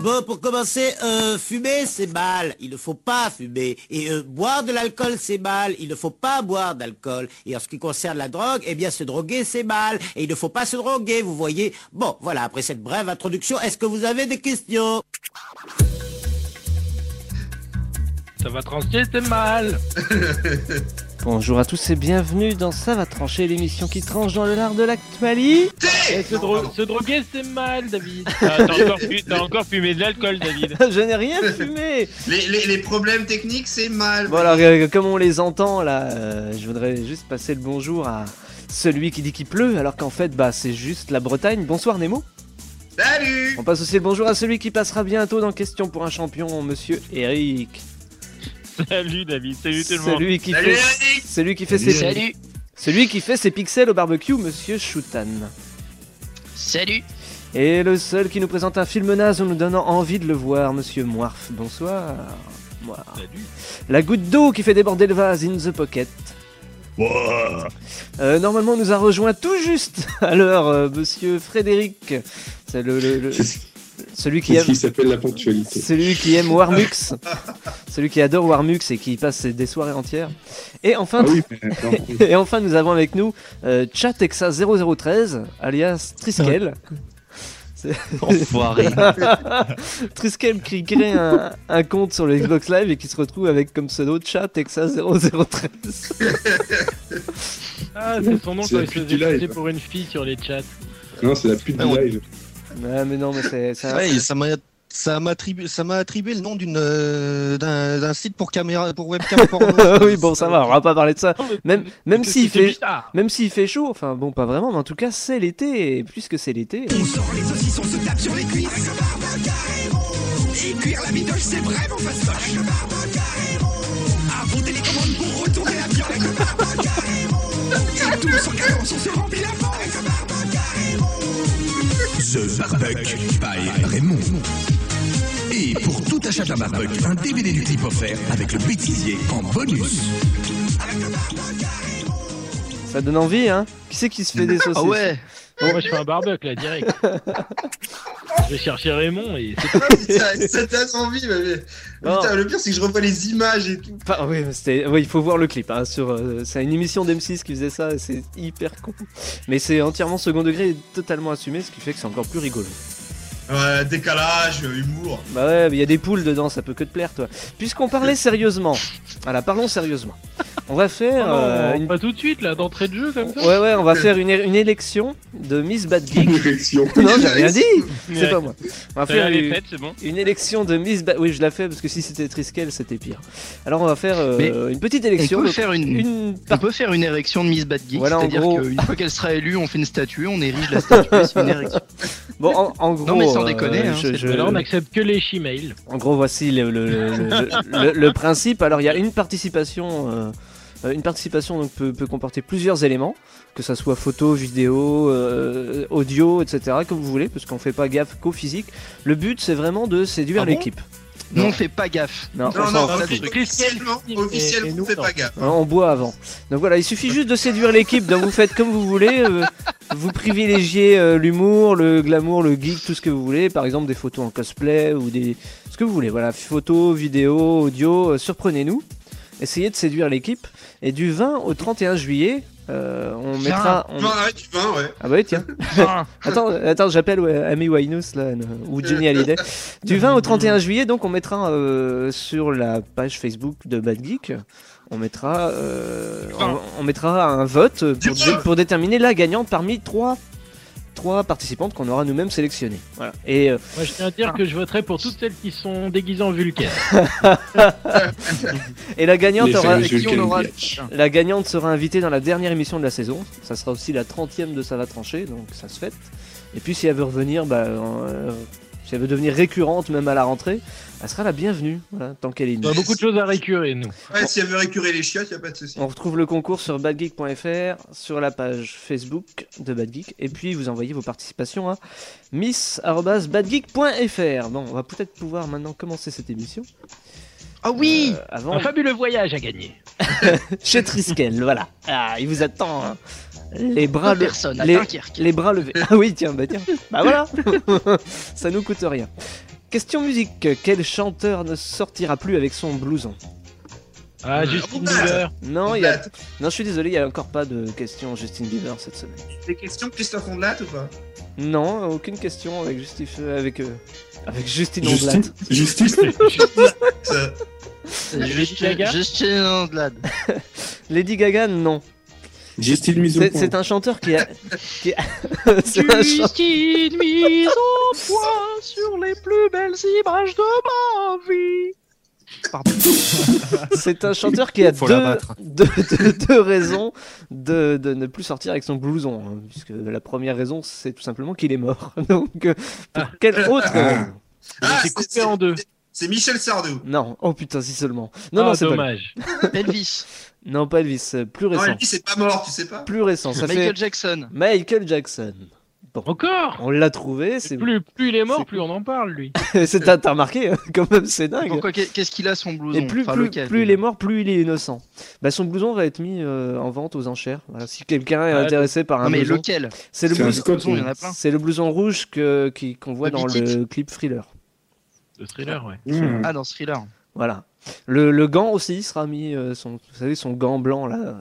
Bon, pour commencer, euh, fumer, c'est mal. Il ne faut pas fumer. Et euh, boire de l'alcool, c'est mal. Il ne faut pas boire d'alcool. Et en ce qui concerne la drogue, eh bien, se droguer, c'est mal. Et il ne faut pas se droguer, vous voyez. Bon, voilà, après cette brève introduction, est-ce que vous avez des questions Ça va trancher, c'est mal. Bonjour à tous et bienvenue dans Ça va trancher, l'émission qui tranche dans le lard de l'actualité. Eh, se, dro- se droguer, c'est mal, David. Ah, T'as encore, fu- t'as encore fumé de l'alcool, David. Je n'ai rien fumé. Les, les- les problèmes techniques, c'est mal. Bon alors, euh, comme on les entend là, euh, je voudrais juste passer le bonjour à celui qui dit qu'il pleut alors qu'en fait bah c'est juste la Bretagne. Bonsoir Nemo. Salut On passe aussi le bonjour à celui qui passera bientôt dans Question pour un champion, monsieur Eric. Salut, David. Salut tout le monde. Celui qui Salut fait Eric celui qui fait ses Salut. Salut. celui qui fait ses pixels au barbecue, monsieur Choutan. Salut. Et le seul qui nous présente un film naze en nous donnant envie de le voir, monsieur Moirf. Bonsoir. Moirf. Salut. La goutte d'eau qui fait déborder le vase in the pocket. Euh, normalement, on nous a rejoint tout juste à l'heure, euh, monsieur Frédéric. C'est le, le- le- C'est ce celui qui c'est ce aime. qui s'appelle la ponctualité. Celui qui aime Warmux, celui qui adore Warmux et qui passe ses- des soirées entières. Et enfin, Ah oui, mais attends. et enfin nous avons avec nous euh, Chatexa 0013, alias Triskel. Enfoiré. Triskel qui crée un, un compte sur le Xbox Live et qui se retrouve avec comme pseudo chat Texas 0013. Ah, c'est son nom C'est quand la il se pute faisait du live. passer pour une fille sur les chats. Non, c'est la pute du live. Ah, mais non, mais c'est c'est un- Ouais, et ça m'a ça m'a attribué ça m'a attribué le nom d'une euh, d'un d'un site pour caméra pour webcam porno. Ah oui, bon, ça va, on va pas parler de ça. Même, même Qu'est-ce s'il qui t'est fait. bizarre Même s'il fait chaud, enfin bon, pas vraiment, mais en tout cas, c'est l'été, et puisque c'est l'été. The Barbuck by Raymond. Et pour tout achat d'un Barbuck, un DVD du clip offert avec le bêtisier en bonus. Ça donne envie, hein Qui c'est qui se fait des saucisses Ah ouais. Moi, je fais un barbecue là, direct. je vais chercher Raymond et c'est Ah, putain, Ça t'a envie, mais... mais- Oh. Putain, le pire, c'est que je revois les images et tout. Enfin, oui, mais c'était- oui, il faut voir le clip. Hein, sur, euh, c'est une émission d'M6 qui faisait ça, et c'est hyper con. Mais c'est entièrement second degré et totalement assumé, ce qui fait que c'est encore plus rigolo. Ouais, décalage, humour. Bah ouais, mais il y a des poules dedans, ça peut que te plaire, toi. Puisqu'on parlait sérieusement, voilà, parlons sérieusement. On va faire euh, Non, une... Pas tout de suite, là, d'entrée de jeu, comme ça. ouais, ouais, on va faire une, é- une élection de Miss Bad Geek. Une érection. non, j'ai rien dit, c'est Ouais. pas euh, moi. On va Ça y est, faire elle est une, faite, c'est bon. une élection de Miss Bad. Oui, je la fais parce que si c'était Triskel, c'était pire. Alors on va faire euh, Mais- une petite On élection. peut de- faire une, Une on par- peut faire une érection de Miss Bad Geek, Voilà, en c'est-à-dire gros. qu'une fois qu'elle sera élue, on fait une statue, on érige la statue, et c'est une érection. Bon, en, en gros, euh, mais sans déconner, hein, je- c'est- je- Mais là, on accepte que les chimails. En gros, voici le, le- le- le- le- le principe. Alors, il y a une participation. euh, euh, une participation donc, peut, peut comporter plusieurs éléments, que ça soit photo, vidéo, euh, audio, etc., comme vous voulez, parce qu'on fait pas gaffe qu'au physique. Le but, c'est vraiment de séduire Ah bon l'équipe. Nous, Non. on fait pas gaffe. Non, Non, on non, s'en va, offi- le truc. officiellement, Et- et officiellement, nous, fais non. pas gaffe. Hein, on boit avant. Donc voilà, il suffit juste de séduire l'équipe, donc vous faites comme vous voulez, euh, vous privilégiez euh, l'humour, le glamour, le geek, tout ce que vous voulez, par exemple des photos en cosplay ou des... ce que vous voulez, voilà, photos, vidéos, audio, euh, surprenez-nous, essayez de séduire l'équipe, et du 20 au 31 juillet, euh, on mettra... on- Non, arrête, tu vas, ouais. Ah bah oui, tiens. attends, attends j'appelle ouais, Amy Winehouse là, euh, Mm. ou Jenny Hallyday. Du 20 au 31 juillet, donc on mettra euh, sur la page Facebook de Bad Geek, on mettra, euh, on, on mettra un vote pour, dé- pour déterminer la gagnante parmi trois trois participantes qu'on aura nous-mêmes sélectionnées. Voilà. Et euh, Moi, je tiens à dire que je voterai pour toutes celles qui sont déguisées en vulcaine. et la gagnante Les aura fameux qui on Vulcan aura- Beach. la gagnante sera invitée dans la dernière émission de la saison. Ça sera aussi la 30e de ça va trancher, donc ça se fête. Et puis si elle veut revenir, bah, euh, si elle veut devenir récurrente même à la rentrée, elle sera la bienvenue, voilà, tant qu'elle est On a nulle. beaucoup de choses à récurer, nous. Ouais, si elle veut récurer les chiottes, y a pas de soucis. On retrouve le concours sur badgeek.fr, sur la page Facebook de Badgeek, et puis vous envoyez vos participations à miss.badgeek.fr. Bon, on va peut-être pouvoir maintenant commencer cette émission. Ah oui. Euh, avant, Un fabuleux voyage à gagner. chez Triskel, voilà. Ah, il vous attend. hein. Les bras Deux le- personnes à les- Dunkerque. Les bras levés. Ah oui, tiens, bah tiens. Bah voilà. ça nous coûte rien. Question musique. Quel chanteur ne sortira plus avec son blouson Ah, Justin Ah, Bieber. Non, il y a... non, je suis désolé, il n'y a encore pas de question Justin Bieber cette semaine. Des questions Christophe Ondelat ou pas Non, aucune question avec Justif... avec euh, avec Justin Justin- Ondelat. Justice Ça- Lady Gaga Justin Anglade. Lady Gaga, non. Justice mise au C'est point. c'est un chanteur qui a. qui a- c'est un chan- mise au point sur les plus belles images de ma vie. c'est un chanteur qui a Faut deux, l'abattre. deux, deux- deux raisons de, de ne plus sortir avec son blouson. hein, puisque la première raison, c'est tout simplement qu'il est mort. Donc, euh, pour quelle autre raison Ah, J'ai c'est- coupé c'est- en deux. C'est Michel Sardou. Non, oh putain, si seulement. Non, Ah, non, c'est pas. dommage. Elvis, Non, pas Elvis, euh, plus Non, récent. lui, c'est pas mort, tu sais pas. Plus récent, ça fait Michael Jackson. Michael Jackson. Encore On l'a trouvé, c'est plus, plus il est c'est- mort, plus on en parle, lui. c'est- t'as t'as remarqué hein, quand même, c'est dingue. Pourquoi qu'est- Qu'est-ce qu'il a son blouson Et plus, Enfin, plus, lequel plus il est mort, plus il est innocent. Bah, son blouson va être mis euh, en vente aux enchères. Voilà, si quelqu'un est Ah, intéressé par un Non mais blouson, lequel c'est le C'est un blouson, Scott, Il y oui. en a plein. c'est le blouson rouge que qui- qu'on voit Le dans le mythique. clip Thriller. Le thriller, ouais. Mmh. Ah, dans ce thriller. Voilà. Le, le gant aussi sera mis, euh, son, vous savez, son gant blanc là, euh,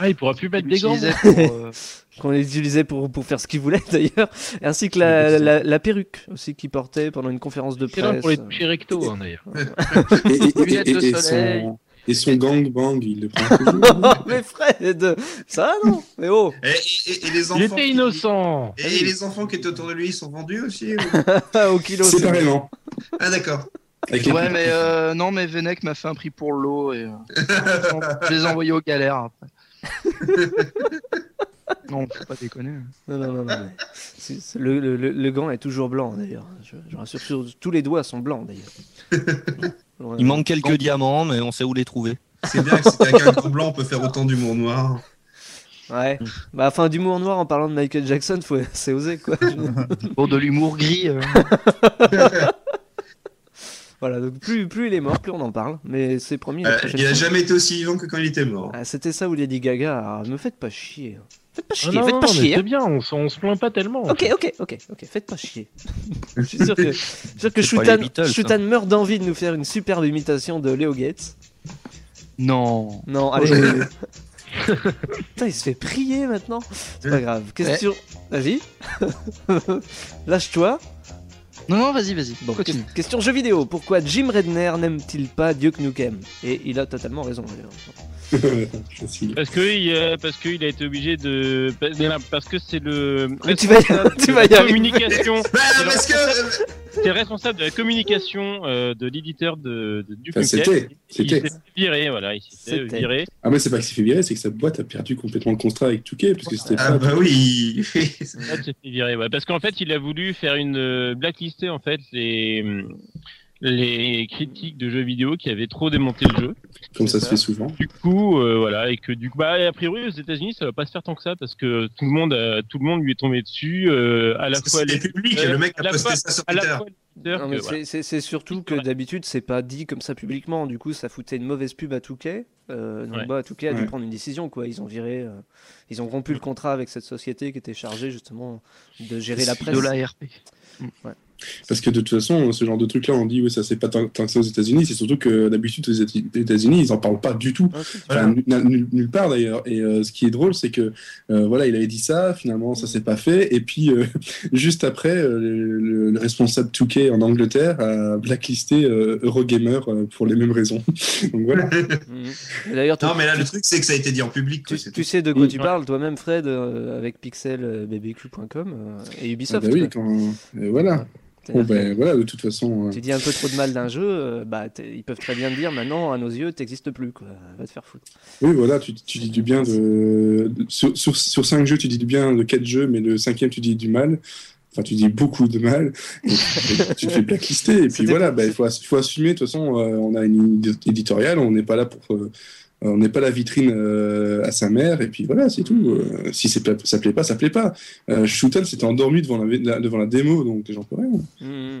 Ah, il pourra plus mettre Il des gants. l'utilisait pour, euh, qu'on utilisait pour, pour faire ce qu'il voulait d'ailleurs, ainsi que la, la, la perruque aussi qu'il portait pendant une conférence de C'est là presse. pour les toucher recto, hein, d'ailleurs. Et, et- et- Lunettes et- de et soleil. son, et son gangbang, il le prend toujours. Oh, mais Fred, ça va, non Mais oh Et, et- et- et les enfants. Il était qui- innocent. Et, et les enfants qui étaient autour de lui, ils sont vendus aussi ou- Au kilo. c'est- Séparément. Ah, d'accord. Avec les- Ouais, mais euh, non, mais Venec m'a fait un prix pour l'eau et euh, je les ai envoyés aux galères après. non, faut pas déconner. Non, non, non, non, mais c'est- c'est- Le, le- le- le gant est toujours blanc d'ailleurs. Je, je rassure, sur- tous les doigts sont blancs d'ailleurs. Ouais. Il manque quelques diamants, mais on sait où les trouver. C'est bien que c'est avec un gant blanc, on peut faire autant d'humour noir. Ouais. Bah, enfin, d'humour noir en parlant de Michael Jackson, faut... c'est osé quoi. Bon, de l'humour gris. euh, voilà, donc plus, plus il est mort, plus on en parle. Mais c'est promis. la Euh, prochaine il a fois- jamais été aussi vivant que quand il était mort. Ah, C'était ça ou Lady Gaga. Ah, me faites pas chier. Faites Ah pas chier, non, faites non, pas mais chier. hein. c'est bien, on, s'en- on se plaint pas tellement. Ok, ok, ok, ok, faites pas chier. je suis sûr que, je suis sûr que C'est pas Shutan, les Beatles, Shutan meurt d'envie de nous faire une superbe imitation de Léo Gates. Non. Non, allez. Putain, il se fait prier maintenant. C'est pas grave. Question. Vas-y. Lâche-toi. Non, non, vas-y, vas-y. Bon, continue. que- question jeu vidéo. Pourquoi Jim Redner n'aime-t-il pas Duke Nukem Et il a totalement raison. d'ailleurs. Je suis- Parce que, il, euh, parce qu'il a été obligé de. Parce que c'est le. Mais tu vas y- tu vas y de la arriver. communication. Bah, C'est parce que. euh, C'est responsable de la communication euh, de l'éditeur de, de- du Enfin, Funkel. c'était, Il c'était. s'est fait virer, voilà, il s'est fait C'était. virer. Ah, mais c'est pas que c'est fait virer, c'est que sa boîte a perdu complètement le contrat avec Touquet, parce que c'était Ah, pas. bah oui. Ouais, il s'est fait virer, ouais. Parce qu'en fait, il a voulu faire une euh, blacklister en fait les hum, les critiques de jeux vidéo qui avaient trop démonté le jeu. Ah, Comme c'est ça se ça. fait souvent. Du coup, euh, voilà, et que du coup, bah, a priori aux États-Unis, ça va pas se faire tant que ça parce que tout le monde, euh, tout le monde lui est tombé dessus. euh, à la fois C'était les, public, euh, le mec à a la posté fois- ça sur à la Twitter. fois les Non, éditeurs mais que, voilà. c'est- c'est c'est surtout que d'habitude, c'est pas dit comme ça publiquement. Du coup, ça foutait une mauvaise pub à Touquet. Euh, donc, Ouais. bah, Touquet a dû Ouais. prendre une décision. quoi. Ils ont viré, euh, ils ont rompu le contrat avec cette société qui était chargée justement de gérer la presse. De l'ARP. Parce que de toute façon, ce genre de truc-là, on dit, oui, ça c'est pas tant tant que ça aux États-Unis, c'est surtout que d'habitude, aux Éti- aux États-Unis, ils en parlent pas du tout. Ah, si, tu Enfin, nu- na- nul- nulle part d'ailleurs. Et euh, ce qui est drôle, c'est que euh, voilà, il avait dit ça, finalement ça s'est pas fait. Et puis euh, juste après, euh, le, le- le responsable Touquet en Angleterre a blacklisté euh, Eurogamer euh, pour les mêmes raisons. Donc voilà. Mhm. Et D'ailleurs, tu, Non, mais là, le truc, c'est que ça a été dit en public. quoi, tu- c'est tu tout. sais de quoi Oui. tu parles toi-même, Fred, euh, avec pixelbbq.com euh, et Ah Ubisoft. bah oui, quoi. quand- et voilà. Bon, C'est-à-dire ben, voilà, de toute façon. que euh, Tu dis un peu trop de mal d'un jeu, euh, bah, t'es- ils peuvent très bien te dire maintenant, à nos yeux, t'existes plus. Quoi. Va te faire foutre. Oui, voilà, tu, tu dis du bien de. de- Sur, sur, sur cinq jeux, tu dis du bien de quatre jeux, mais le cinquième, tu dis du mal. Enfin, tu dis beaucoup de mal. Et tu, te fais- tu te fais blacklister. Et puis C'était- voilà, bah, il faut, ass- il faut assumer. De toute façon, euh, on a une idée éditoriale, on n'est pas là pour. euh, on n'est pas la vitrine euh, à sa mère, et puis voilà, c'est tout. Euh, si c'est pas, ça plaît pas, ça plaît pas. Euh, Shootan s'était endormi devant la, la- devant la démo, donc j'en peux rien. Oui, Mmh, Mhm. Non,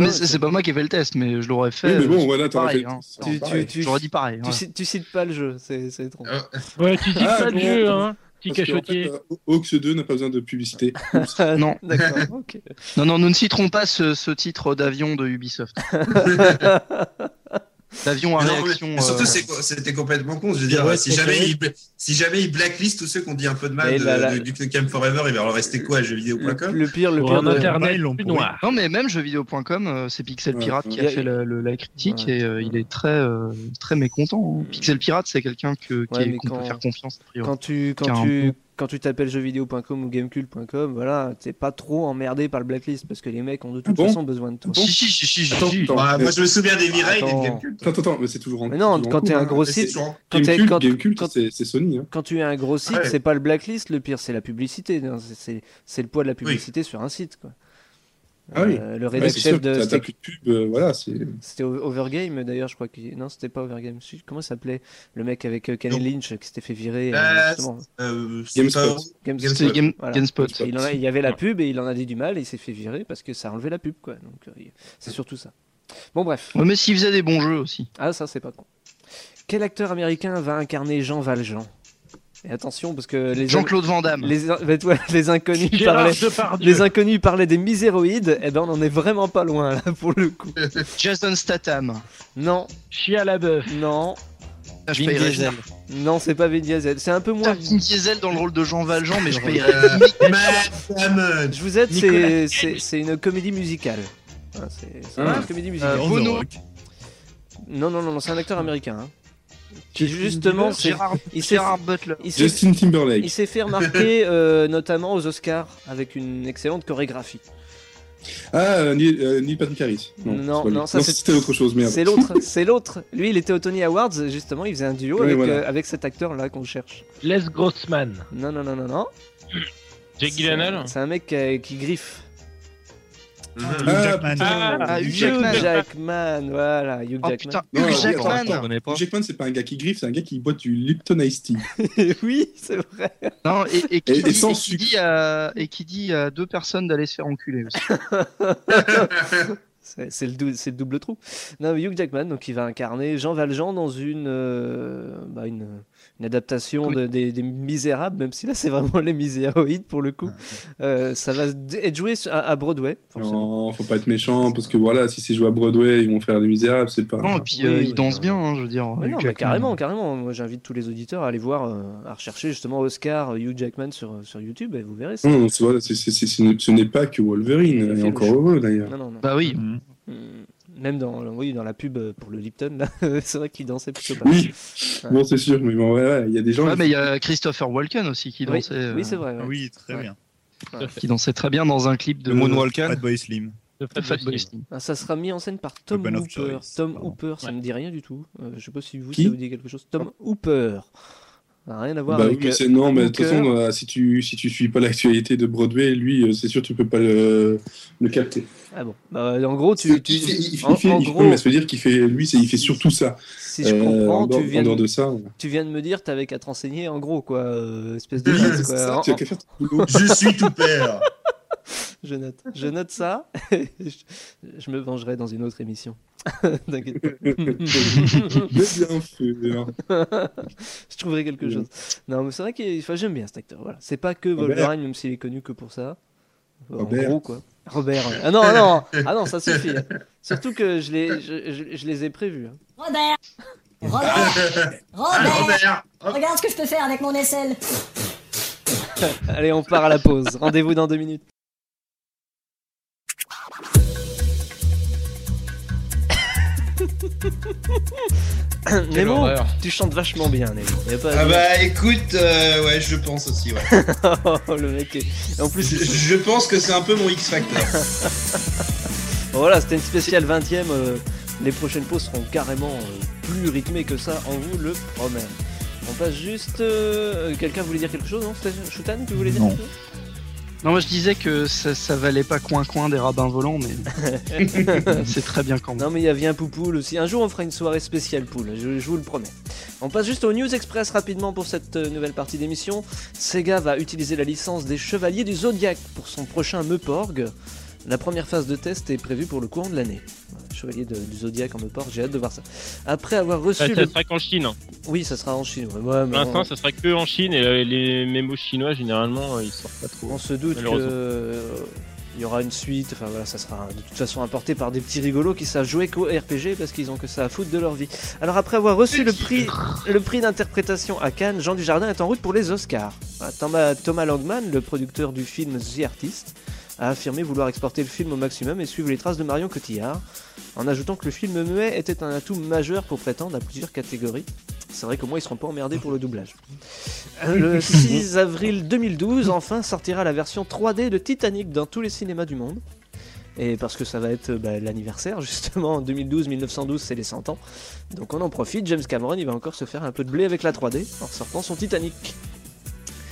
mais Ouais, c'est c'est pas moi qui ai fait le test, mais je l'aurais fait. mais euh, bon, voilà, t'aurais pareil. fait- hein. Tu- tu- tu- J'aurais dit pareil. tu ouais. cites- tu cites pas le jeu, c'est c'est trop. Euh, Ouais, tu dis Ah, pas de bon. jeu, hein. Petit Parce que, en cachotier. fait, euh, Hawks 2 n'a pas besoin de publicité. Non. D'accord, ok. Non, non, nous ne citerons pas ce, ce titre d'avion de Ubisoft. D'avion à Non, mais réaction. Surtout, euh, c'est quoi- c'était complètement con. Je veux dire, Ouais, si, c'est jamais vrai. ils, bla- si jamais ils blacklist tous ceux qui ont dit un peu de mal Et de, là, là- de- du Camp Forever, il va leur rester quoi à jeuxvideo.com Le pire, le Pour pire. un de- internet ils l'ont plus pourri. noir. Non, mais même jeuxvideo.com, euh, c'est Pixel Ouais, Pirate qui a ouais. fait la, le- la critique Ouais. et euh, il est très, euh, très mécontent. hein. Pixel Pirate, c'est quelqu'un que- qui Ouais, est- mais qu'on quand- peut faire confiance. a priori. Quand tu quand Car tu quand tu t'appelles jeuxvideo.com ou gamecube.com, voilà, t'es pas trop emmerdé par le blacklist parce que les mecs ont de toute Ah bon façon besoin de toi. Bon. Si, si, si, si, si, Attends, si. attends, Ouais, euh, Bah, Moi, je me souviens des Mirai et des Attends. Gamecube. attends, attends, mais c'est toujours en Mais non, toujours en quand cours, t'es un hein. gros C'est site, toujours- quand t'es- GameCube, quand- GameCube, quand- c'est c'est Sony. Hein. quand tu es un gros site, Ouais. c'est pas le blacklist, le pire c'est la publicité. Non, c'est- C'est c'est le poids de la publicité sur un site. Quoi. Ah oui. Euh, le Ouais, rédacteur c'est chef sûr, de t'as- t'as c'était- plus de pub, euh, voilà, c'est. c'était O- Overgame d'ailleurs, je crois que non, c'était pas Overgame. Je- Comment ça s'appelait le mec avec euh, Kanye Non. Lynch qui s'était fait virer euh, Euh, justement, Euh, c'est Bah, GameSpot. pas- Games- Games- C'est Game- Voilà. GameSpot. Il, en a- il y avait la pub et il en a dit du mal et il s'est fait virer parce que ça a enlevé la pub quoi. Donc euh, il- c'est surtout ça. Bon bref, Ouais, mais s'il faisait des bons jeux aussi. ah ça c'est pas con. Quel acteur américain va incarner Jean Valjean Et attention parce que les Jean-Claude Van Damme. les, bah, tu vois, les inconnus Gérard parlaient Depardieu. les inconnus parlaient des miséroïdes, et ben on en est vraiment pas loin là pour le coup. Jason Statham. Non, Chia la bœuf. non, Ah, je Vin payerais Diesel. jamais. non, c'est pas Vin Diesel. C'est un peu moins. Putain, Vin Diesel dans le rôle de Jean Valjean, mais je Euh, payerais. Madame. Je vous aide, Nicolas c'est- c'est c'est une comédie musicale. Voilà, c'est c'est Ah. une comédie Euh, musicale. Bono. Non, non, non, non, c'est un acteur américain. hein. Qui justement, c'est- Gérard, il s'est Gérard Butler. il s'est- Justin il Timberlake. s'est fait remarquer euh, notamment aux Oscars avec une excellente chorégraphie. Ah, euh, Neil, euh, Neil Patrick Harris. Non, Non, c'est pas lui. non, ça, c'est- c'était autre chose, merde. C'est l'autre, c'est l'autre. Lui, il était au Tony Awards, justement, il faisait un duo Oui, avec, voilà. euh, avec cet acteur-là qu'on cherche. Les Grossman. Non, non, non, non, non. Jake Gyllenhaal. C'est un mec qui, a- qui griffe. Ah, Jackman. putain, Ah, Hugh Hugh Jackman. Hugh Jackman, voilà, Ah, Hugh Oh Jackman. putain, Non, Hugh attends, Jackman. attends, connais pas. Hugh Jackman, c'est pas un gars qui griffe, c'est un gars qui boit du Lipton Ice Tea. oui, c'est vrai. Non, et, et qui Et- et dit, sans et qui sucre. dit à, et qui dit à deux personnes d'aller se faire enculer aussi. Ah, C'est c'est le, dou- c'est le double trou. Non, mais Hugh Jackman, donc il va incarner Jean Valjean dans une, euh, bah, une, une adaptation de- des, des Misérables, même si là c'est vraiment les Miséroïdes pour le Ah, coup. Euh, ça va d- être joué sur- à, à Broadway, forcément. Non, faut pas être méchant, parce que voilà, si c'est joué à Broadway, ils vont faire des misérables, c'est pas. Non, et puis oui, euh, oui, il danse oui. bien, hein, je veux dire. Mais Hugh non, mais Jackman. carrément, carrément. Moi, j'invite tous les auditeurs à aller voir, euh, à rechercher justement Oscar euh, Hugh Jackman sur, euh, sur YouTube, et vous verrez. c'est- Non, c'est- voilà, c'est- c'est- c'est- ce n'est- ce n'est pas que Wolverine, Il et fait encore le show. heureux d'ailleurs. Non, non, non. Bah oui. Mhm. Mm. Même dans, oui, dans la pub euh, pour le Lipton, là, c'est vrai qu'il dansait plutôt pas. mal. Oui, bon, c'est sûr, mais bon, ouais, ouais, il y a des gens. Ah, Ouais, mais il y a Christopher Walken aussi qui Oui, dansait, euh, oui, c'est vrai. ouais. Ah Oui, très Ouais. bien. qui dansait très bien dans un clip de Le Moonwalker. Bad Boy Slim. De de Fatboy Fatboy. Slim. Ah, Ça sera mis en scène par Tom Band of Hooper. Choice, Tom pardon. Hooper, ça Ouais. me dit rien du tout. Euh, je sais pas si vous, Qui Oh. ça vous dit quelque chose. Tom Hooper. Ça n'a rien à voir Bah oui, avec. mais euh, c'est- non, mais de toute Hooker. façon, euh, si tu si tu suis pas l'actualité de Broadway, lui, euh, c'est sûr, tu peux pas le, le capter. Ah bon. Bah, en gros, tu. tu- Il fait- il fait- en, il fait- en il fait- gros, mais ça veut dire qu'il fait, lui, c'est- il fait surtout ça. si je Euh, comprends, en dehors, tu, viens en dehors de, de ça. hein. ouais. tu viens de me dire, t'avais qu'à te renseigner, en gros, quoi. euh, espèce de. base, quoi. C'est ça, En- tu as en- qu'à faire ton boulot. Je suis tout père. je note. Je note ça. je, je me vengerai dans une autre émission. T'inquiète pas. Mais bien sûr. je trouverai quelque Oui. chose. Non, mais c'est vrai que enfin, j'aime bien cet acteur. Voilà. C'est pas que Robert. Wolverine, même s'il est connu que pour ça. En Robert. gros, quoi. Robert. ouais. Ah non, ah non, ah non, ça suffit. Surtout que je les, je, je- je les ai prévus. hein. Robert Robert Ah, Robert Robert. Hop. Regarde ce que je peux faire avec mon aisselle Allez, on part à la pause. Rendez-vous dans deux minutes. Nemo, tu chantes vachement bien, Nemo. Y a pas à Ah dire. bah écoute, euh, ouais, je pense aussi. Ouais. Oh, le mec. est- En Je, plus, je pense que c'est un peu mon X Factor. Voilà, c'était une spéciale 20 e les prochaines pauses seront carrément euh, plus rythmées que ça, on vous le promet. On passe juste. euh, Quelqu'un voulait dire quelque chose, non C'était Shoutan, tu voulais dire Non. quelque chose Non, moi je disais que ça, ça valait pas coin-coin des rabbins volants, mais c'est très bien quand même. Non, mais il y avait un poupoule aussi. Un jour, on fera une soirée spéciale poule, je, je vous le promets. On passe juste au News Express rapidement pour cette euh, nouvelle partie d'émission. Sega va utiliser la licence des Chevaliers du Zodiac pour son prochain Meuporg. La première phase de test est prévue pour le courant de l'année. Voilà, chevalier de- du Zodiac en me porte. J'ai hâte de voir ça. Après avoir reçu. Ah, ça le- sera qu'en Chine. hein. Oui, ça sera en Chine. ouais, ouais, mais Pour l'instant, on- ça sera que en Chine et euh, les mémos chinois, généralement, euh, ils sortent pas trop. On se doute que Malheureusement. euh, il y aura une suite. Enfin voilà, ça sera de toute façon importé par des petits rigolos qui savent jouer qu'au RPG parce qu'ils ont que ça à foutre de leur vie. Alors après avoir reçu le prix, le prix d'interprétation à Cannes, Jean Dujardin est en route pour les Oscars. Ah, Thomas, Thomas Langman, le producteur du film The Artist, a affirmé vouloir exporter le film au maximum et suivre les traces de Marion Cotillard, en ajoutant que le film muet était un atout majeur pour prétendre à plusieurs catégories. C'est vrai qu'au moins ils seront pas emmerdés pour le doublage. Le 6 avril 2012, enfin sortira la version 3D de Titanic dans tous les cinémas du monde. Et parce que ça va être euh, bah, l'anniversaire, justement, en 2012-1912, c'est les 100 ans. Donc on en profite, James Cameron, il va encore se faire un peu de blé avec la 3D en sortant son Titanic.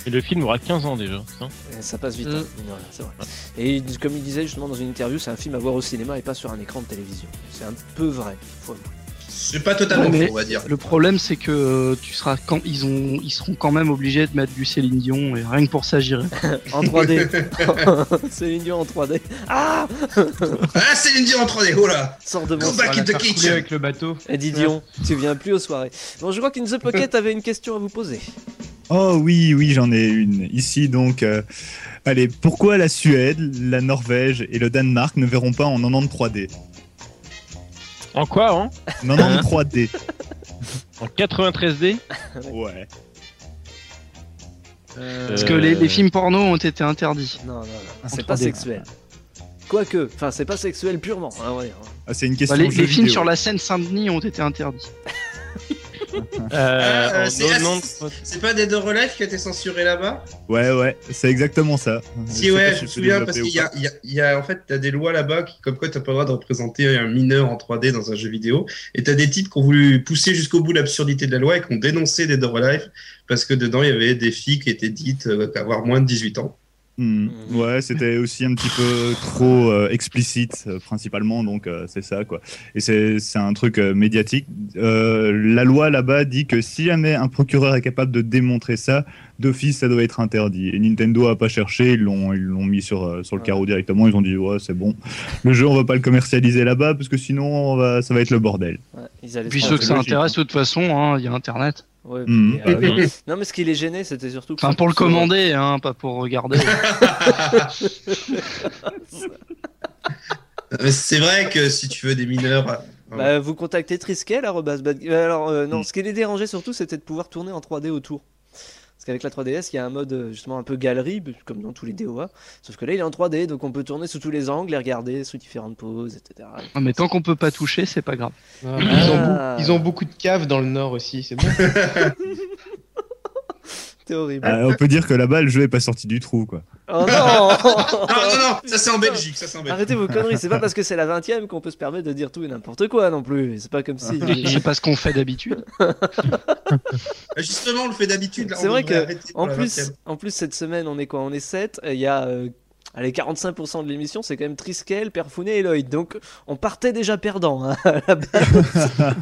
Et le film aura 15 ans déjà. putain. Et ça passe vite, hein. Voilà, c'est vrai. Et il- comme il disait justement dans une interview, c'est un film à voir au cinéma et pas sur un écran de télévision. C'est un peu vrai. faut- C'est pas totalement Ouais, mais faux, on va dire. Le problème, c'est que euh, tu seras quand ils ont, ils seront quand même obligés de mettre du Céline Dion et rien que pour ça, j'irai. en 3D. Céline Dion en 3D. Ah Ah, Céline Dion en 3D, oh là Sors de Go mon back in the couler kitchen avec le bateau. Et Eh, dis Dion, tu viens plus aux soirées. Bon, je crois qu'In The Pocket avait une question à vous poser. Oh oui, oui, j'en ai une. Ici, donc, euh, allez, pourquoi la Suède, la Norvège et le Danemark ne verront pas en 93D En quoi, hein 93D. Hein En 93D Ouais. Parce que les, Euh. les films porno ont été interdits. Euh, Non, non, non. En C'est pas 3D. sexuel. Quoique, enfin, c'est pas sexuel purement. hein, ouais. Ah, c'est une Bah, question les de les jeux films vidéo. sur la Seine-Saint-Denis ont été interdits. Ah, euh, en c'est- ah, non- c'est- C'est pas Dead or Alive qui a été censuré là-bas Ouais, ouais, c'est exactement ça. Si, ouais, je me souviens, parce qu'il y a, il y a- il y a- en fait, t'as des lois là-bas qui, comme quoi t'as pas le droit de représenter un mineur en 3D dans un jeu vidéo, et t'as des types qui ont voulu pousser jusqu'au bout l'absurdité de la loi et qui ont dénoncé Dead or Alive parce que dedans il y avait des filles qui étaient dites euh, avoir moins de 18 ans. Hmm, Ouais, c'était aussi un petit peu trop euh, explicite, euh, principalement, donc euh, c'est ça, quoi. Et c'est c'est un truc euh, médiatique. Euh, la loi là-bas dit que si jamais un procureur est capable de démontrer ça, d'office, ça doit être interdit. Et Nintendo a pas cherché, ils l'ont ils l'ont mis sur, euh, sur le carreau directement, ils ont dit, ouais, c'est bon. Le jeu, on va pas le commercialiser là-bas, parce que sinon, on va, ça va être le bordel. Ouais, ils allaient Puis se ceux que ça prendre. intéresse, de toute façon, hein, il y a Internet. Ouais, Mhm. mais, euh, non. non, mais ce qui les gênait, c'était surtout. que- Enfin, pour le commander, hein, pas pour regarder. Mais Euh, C'est vrai que si tu veux des mineurs. Bah, vous contactez Triskel, arrobase bad- Euh, Alors, euh, non, ce qui les dérangeait surtout, c'était de pouvoir tourner en 3D autour. Parce qu'avec la 3DS, il y a un mode euh, justement un peu galerie, comme dans tous les DOA. Sauf que là, il est en 3D, donc on peut tourner sous tous les angles et regarder sous différentes poses, etc. Non, mais tant qu'on peut pas toucher, c'est pas grave. Ah, ils, ont beau- ils ont beaucoup de caves dans le nord aussi, c'est bon. T'es horrible. Euh, on peut dire que là-bas, le jeu est pas sorti du trou, quoi. Oh non Non, Ah, non, Ah, non, ça c'est en Belgique, ça c'est en Belgique. Arrêtez vos conneries, c'est pas parce que c'est la 20 e qu'on peut se permettre de dire tout et n'importe quoi non plus. C'est pas comme si. Ah, c'est pas ce qu'on fait d'habitude. Bah, Justement, on le fait d'habitude. là, Ah, C'est on vrai devrait que arrêter pour en la plus, 20e. en plus cette semaine on est quoi On est 7, il y a euh, allez 45% de l'émission, c'est quand même Triskel, Perfounet et Lloyd. Donc on partait déjà perdant hein, à la base.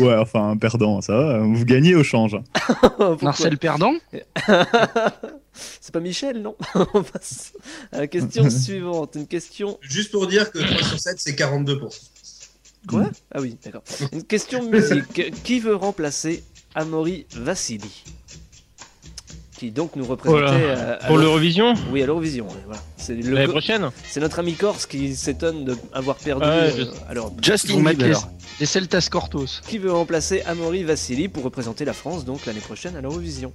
Ouais, enfin, un perdant, ça va. Vous gagnez au change. hein. Pourquoi Marcel Perdant C'est pas Michel, non On passe à la question suivante, une question Juste pour dire que 3 sur 7 c'est 42%. quoi Ah oui, d'accord. Une question musique, qui veut remplacer Amaury Vassili qui donc nous Oh représentait là, euh, à pour l'Euro- l'Eurovision Oui, à l'Eurovision. ouais, voilà. C'est le- L'année prochaine C'est notre ami Corse qui s'étonne d'avoir perdu Ouais, euh, je- à l'Europe. Justin Bieber. Les Celtas Cortos. Qui veut remplacer Amaury Vassili pour représenter la France donc l'année prochaine à l'Eurovision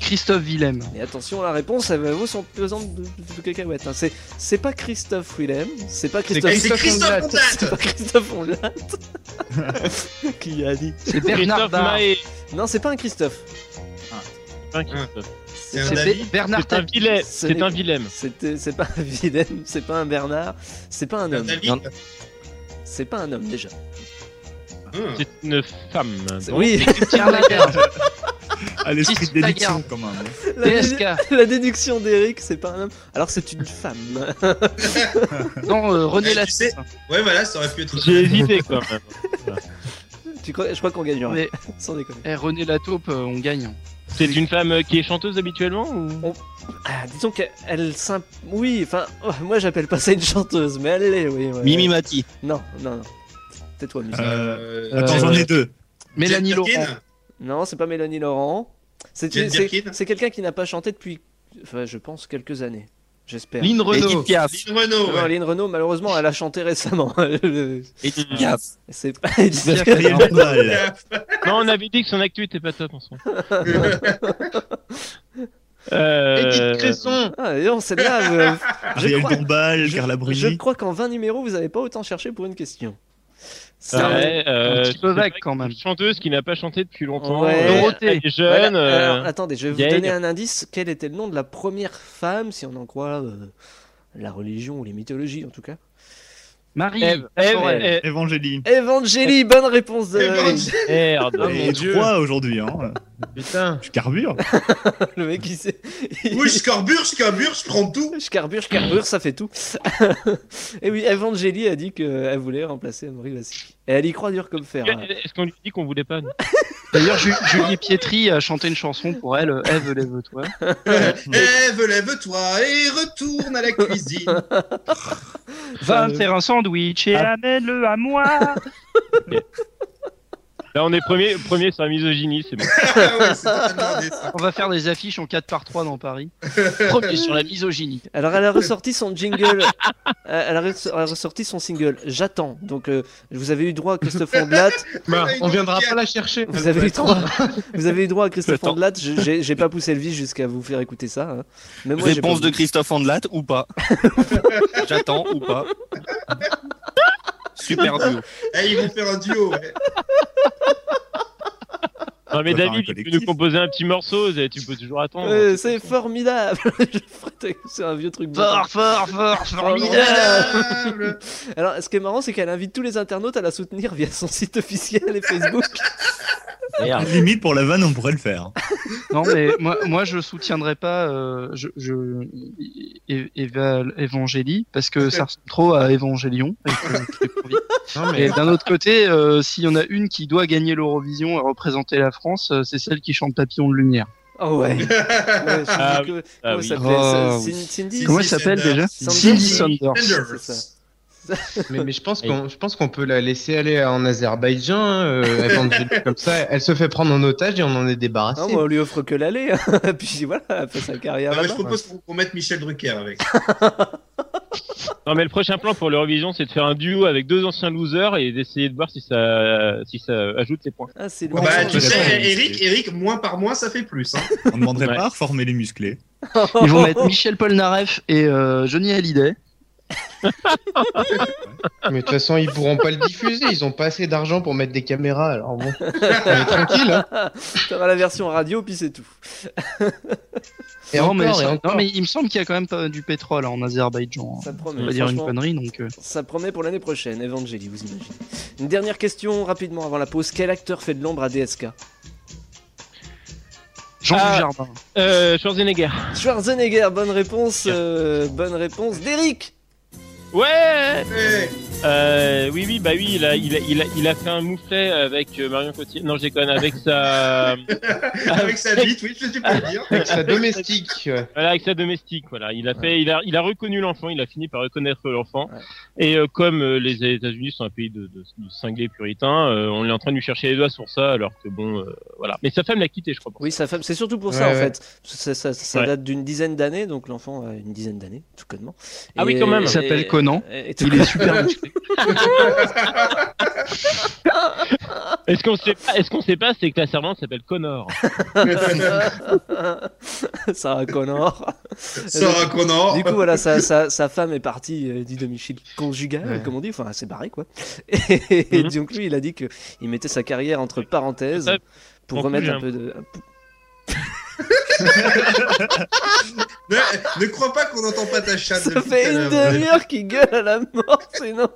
Christophe Willem. Et attention, la réponse elle vaut son pesant de, de, de cacahuètes. hein. C'est c'est pas Christophe Willem, c'est pas Christophe. C'est Christophe Ondelat. C'est pas Christophe Ondelat. qui a dit C'est Bernard Dard. Maé. Non, c'est pas un Christophe. Pas un Christophe. C'est un C'est David. Be- Bernard C'est un Tapie. Willem. Ce C'est n'est- un Willem. C'était- C'est pas un Willem, c'est pas un Bernard, c'est pas un C'est un homme. David. C'est pas un homme déjà. Hum. C'est une femme. C'est- Bon. Oui, Pierre Lagarde. À l'esprit Six de déduction, Lagarde. quand même. la, TSK. la déduction d'Eric, c'est pas un homme. Alors c'est une femme. Non, euh, René Eh, Latte. tu sais- Ouais, voilà, ça aurait pu être. J'ai hésité quand même. Tu crois- je crois qu'on gagnera. Mais- Sans déconner. Eh, René Lataupe, euh, on gagne. C'est une femme euh, qui est chanteuse habituellement ou... Ah, disons qu'elle s'imp... Oui, enfin, oh, moi j'appelle pas ça une chanteuse, mais elle l'est, oui. ouais. Mimi Mati. Non, non, non. Tais-toi, Mimi. Euh, attends, j'en ai deux. Mélanie Jane Laurent. Birkin Non, c'est pas Mélanie Laurent. C'est, Jane c'est- Birkin c'est quelqu'un qui n'a pas chanté depuis, enfin, je pense, quelques années. J'espère. Lynn Renault. Edith Piaf. Lynn Renault, Non, ouais. Lynn Renault, malheureusement, elle a chanté récemment. Edith Piaf. C'est pas Edith Vous avez Piaf. pris le mal. Non, on avait dit que son actu était pas top en ce moment. Euh, Ah, dis donc, celle-là, euh, je, Ariel crois, Dombal, je- Carla Bruni. je crois qu'en 20 numéros, vous n'avez pas autant cherché pour une question. C'est un- Ouais, un euh, petit c'est peu vrai vague. que c'est une chanteuse qui n'a pas chanté depuis longtemps. Ouais. Elle est jeune. Voilà. euh, Alors, attendez, je vais vous vieille. donner un indice. Quel était le nom de la première femme, si on en croit euh, la religion ou les mythologies en tout cas Marie, Ève, Ève, Ève, Ève. Évangéline. Évangélie, bonne réponse de Évangélie. Merde. Oh, mon Et Dieu. trois aujourd'hui, hein. Putain. Je carbure. Le mec, il sait. Oui, je carbure, je carbure, je prends tout. Je carbure, je carbure, ça fait tout. Et oui, Evangélie a dit qu'elle voulait remplacer Anne-Marie Vassic. Et elle y croit dur comme fer. hein. Est-ce qu'on lui dit qu'on voulait pas nous D'ailleurs, Ju- Julie Pietri a chanté une chanson pour elle, euh, Ève, lève-toi. Ève, lève-toi et retourne à la cuisine. Va me Euh, faire un sandwich et Ah. amène-le à moi. Là, on est premier, premier sur la misogynie, c'est bon. Ah, On va faire des affiches en 4x3 dans Paris. Premier sur la misogynie. Alors elle a ressorti son jingle, Euh, elle a res- elle a ressorti son single J'attends. Donc euh, vous avez eu droit à Christophe Ondelat. Bah, on viendra pas la chercher. Vous avez eu droit, vous avez eu droit à Christophe Ondelat. Je- J'ai j'ai pas poussé le vis jusqu'à vous faire écouter ça. hein. Mais moi, j'ai Réponse pas- de Christophe Andelat ou pas J'attends ou pas Super duo. Eh, ils vont faire un duo. ouais. Non, mais On va faire un David, tu peux collectif. nous composer un petit morceau, Zé, tu peux toujours attendre. Euh, c'est formidable. Je ferai- C'est un vieux truc. bien. Fort, fort, fort, formidable. Alors, ce qui est marrant, c'est qu'elle invite tous les internautes à la soutenir via son site officiel et Facebook. Limite pour la vanne, on pourrait le faire. Non, mais moi, moi je soutiendrai pas euh, je, je, é- éva- Evangélie parce que ça ressemble trop à Évangélion. et que je l'ai pas envie. Non, mais- Et d'un autre côté, euh, s'il y en a une qui doit gagner l'Eurovision et représenter la France, euh, c'est celle qui chante Papillon de Lumière. Oh ouais. Ouais, je me dis Ah que- oui, ah Comment oui. ça s'appelle Ah Oh, C'est- oui. Cindy Comment elle s'appelle Sanders. déjà Cindy Cindy Sanders. Sanders. C'est ça. Mais, mais je pense qu'on je pense qu'on peut la laisser aller en Azerbaïdjan, hein, euh, Evangélie, comme ça, elle se fait prendre en otage et on en est débarrassé. Non, hein, moi, on lui offre que l'aller. hein. Puis voilà, elle fait sa carrière. Ah, moi, je là-bas. propose qu'on qu'on mette Michel Drucker avec. Non, mais le prochain plan pour l'Eurovision, c'est de faire un duo avec deux anciens losers et d'essayer de voir si ça, si ça ajoute les points. Ah, c'est le bah, mensonge. tu c'est vrai. sais, Eric, Eric, moins par mois, ça fait plus. Hein. On ne demanderait Ouais. pas à reformer les musclés. Ils vont mettre Michel Polnareff et euh, Johnny Hallyday. Mais de toute façon, ils pourront pas le diffuser, ils ont pas assez d'argent pour mettre des caméras, alors bon. On est tranquille, hein. T'auras la version radio, puis c'est tout. Et non, encore, mais, et encore. non, mais il me semble qu'il y a quand même pas du pétrole hein, en Azerbaïdjan. Ça On promet. va dire une franchement. connerie donc. euh. Ça promet pour l'année prochaine, Evangélie, vous imaginez. Une dernière question rapidement avant la pause. Quel acteur fait de l'ombre à DSK Jean Ah. Dujardin. Euh, Schwarzenegger. Schwarzenegger, bonne réponse. euh, bonne réponse d'Eric. Ouais Eh, euh, Oui, oui, bah oui, il a, il a, il a, il a fait un mouflet avec euh, Marion Cotillard. Non, j'ai connu, avec sa... avec sa bite, oui, je sais pas le dire. Avec sa domestique. ouais. Voilà, avec sa domestique, voilà. Il a fait, il a, il a reconnu l'enfant, il a fini par reconnaître l'enfant. Et euh, comme euh, les États-Unis sont un pays de, de, de cinglés puritains, euh, on est en train de lui chercher les doigts sur ça, alors que bon, euh, voilà. Mais sa femme l'a quitté, je crois. Oui, sa femme. C'est surtout pour ça Ouais, en ouais. fait. Ça, ça- ça Ouais. date d'une dizaine d'années, donc l'enfant a une dizaine d'années, tout connement. Ah oui, quand même. Il s'appelle Conan. et- et- Il est super musclé. Est-ce qu'on sait pas, est-ce qu'on sait pas, c'est que la servante s'appelle Connor. Sarah Connor. Sarah Connor. Du coup, voilà, sa, sa, sa femme est partie euh, du domicile conjugal, comme on dit, enfin, c'est barré quoi. Et, et Mhm. donc, lui, il a dit que il mettait sa carrière entre parenthèses Ça, pour en remettre plus, un j'ai peu de. ne, ne crois pas qu'on n'entend pas ta chatte. Ça depuis fait tout à une l'heure. demi-heure qu'il gueule à la mort, c'est non,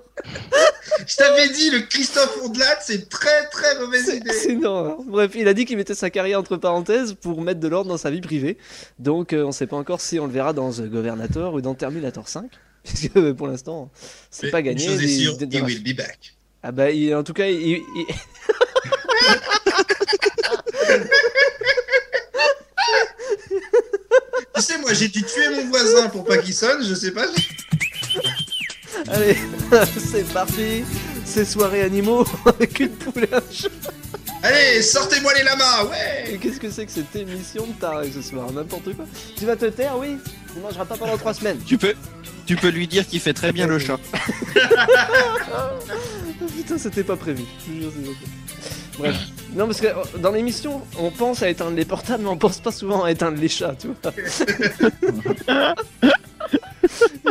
Je t'avais dit, le Christophe Ondelat, c'est une très très mauvaise c'est idée. c'est non. hein. Bref, il a dit qu'il mettait sa carrière entre parenthèses pour mettre de l'ordre dans sa vie privée. Donc, euh, on sait pas encore si on le verra dans The Governator ou dans Terminator 5. Puisque euh, pour l'instant, c'est Mais pas gagné. Une chose est des- sûre, des- he will be back. Ah bah, il- en tout cas, il... il- tu sais, moi j'ai dû tuer mon voisin pour pas qu'il sonne, je sais pas. Allez, c'est parti. C'est soirée animaux avec une poule et un chat. Allez, sortez-moi les lamas, ouais Et Qu'est-ce que c'est que cette émission de taré ce soir N'importe quoi. Tu vas te taire, oui Tu mangeras pas pendant 3 semaines. Tu peux, tu peux lui dire qu'il fait très bien le chat. Oh, Putain, c'était pas prévu. Je te jure, c'est pas prévu. Bref. Non, parce que euh, dans l'émission, on pense à éteindre les portables, mais on pense pas souvent à éteindre les chats, tu vois. Et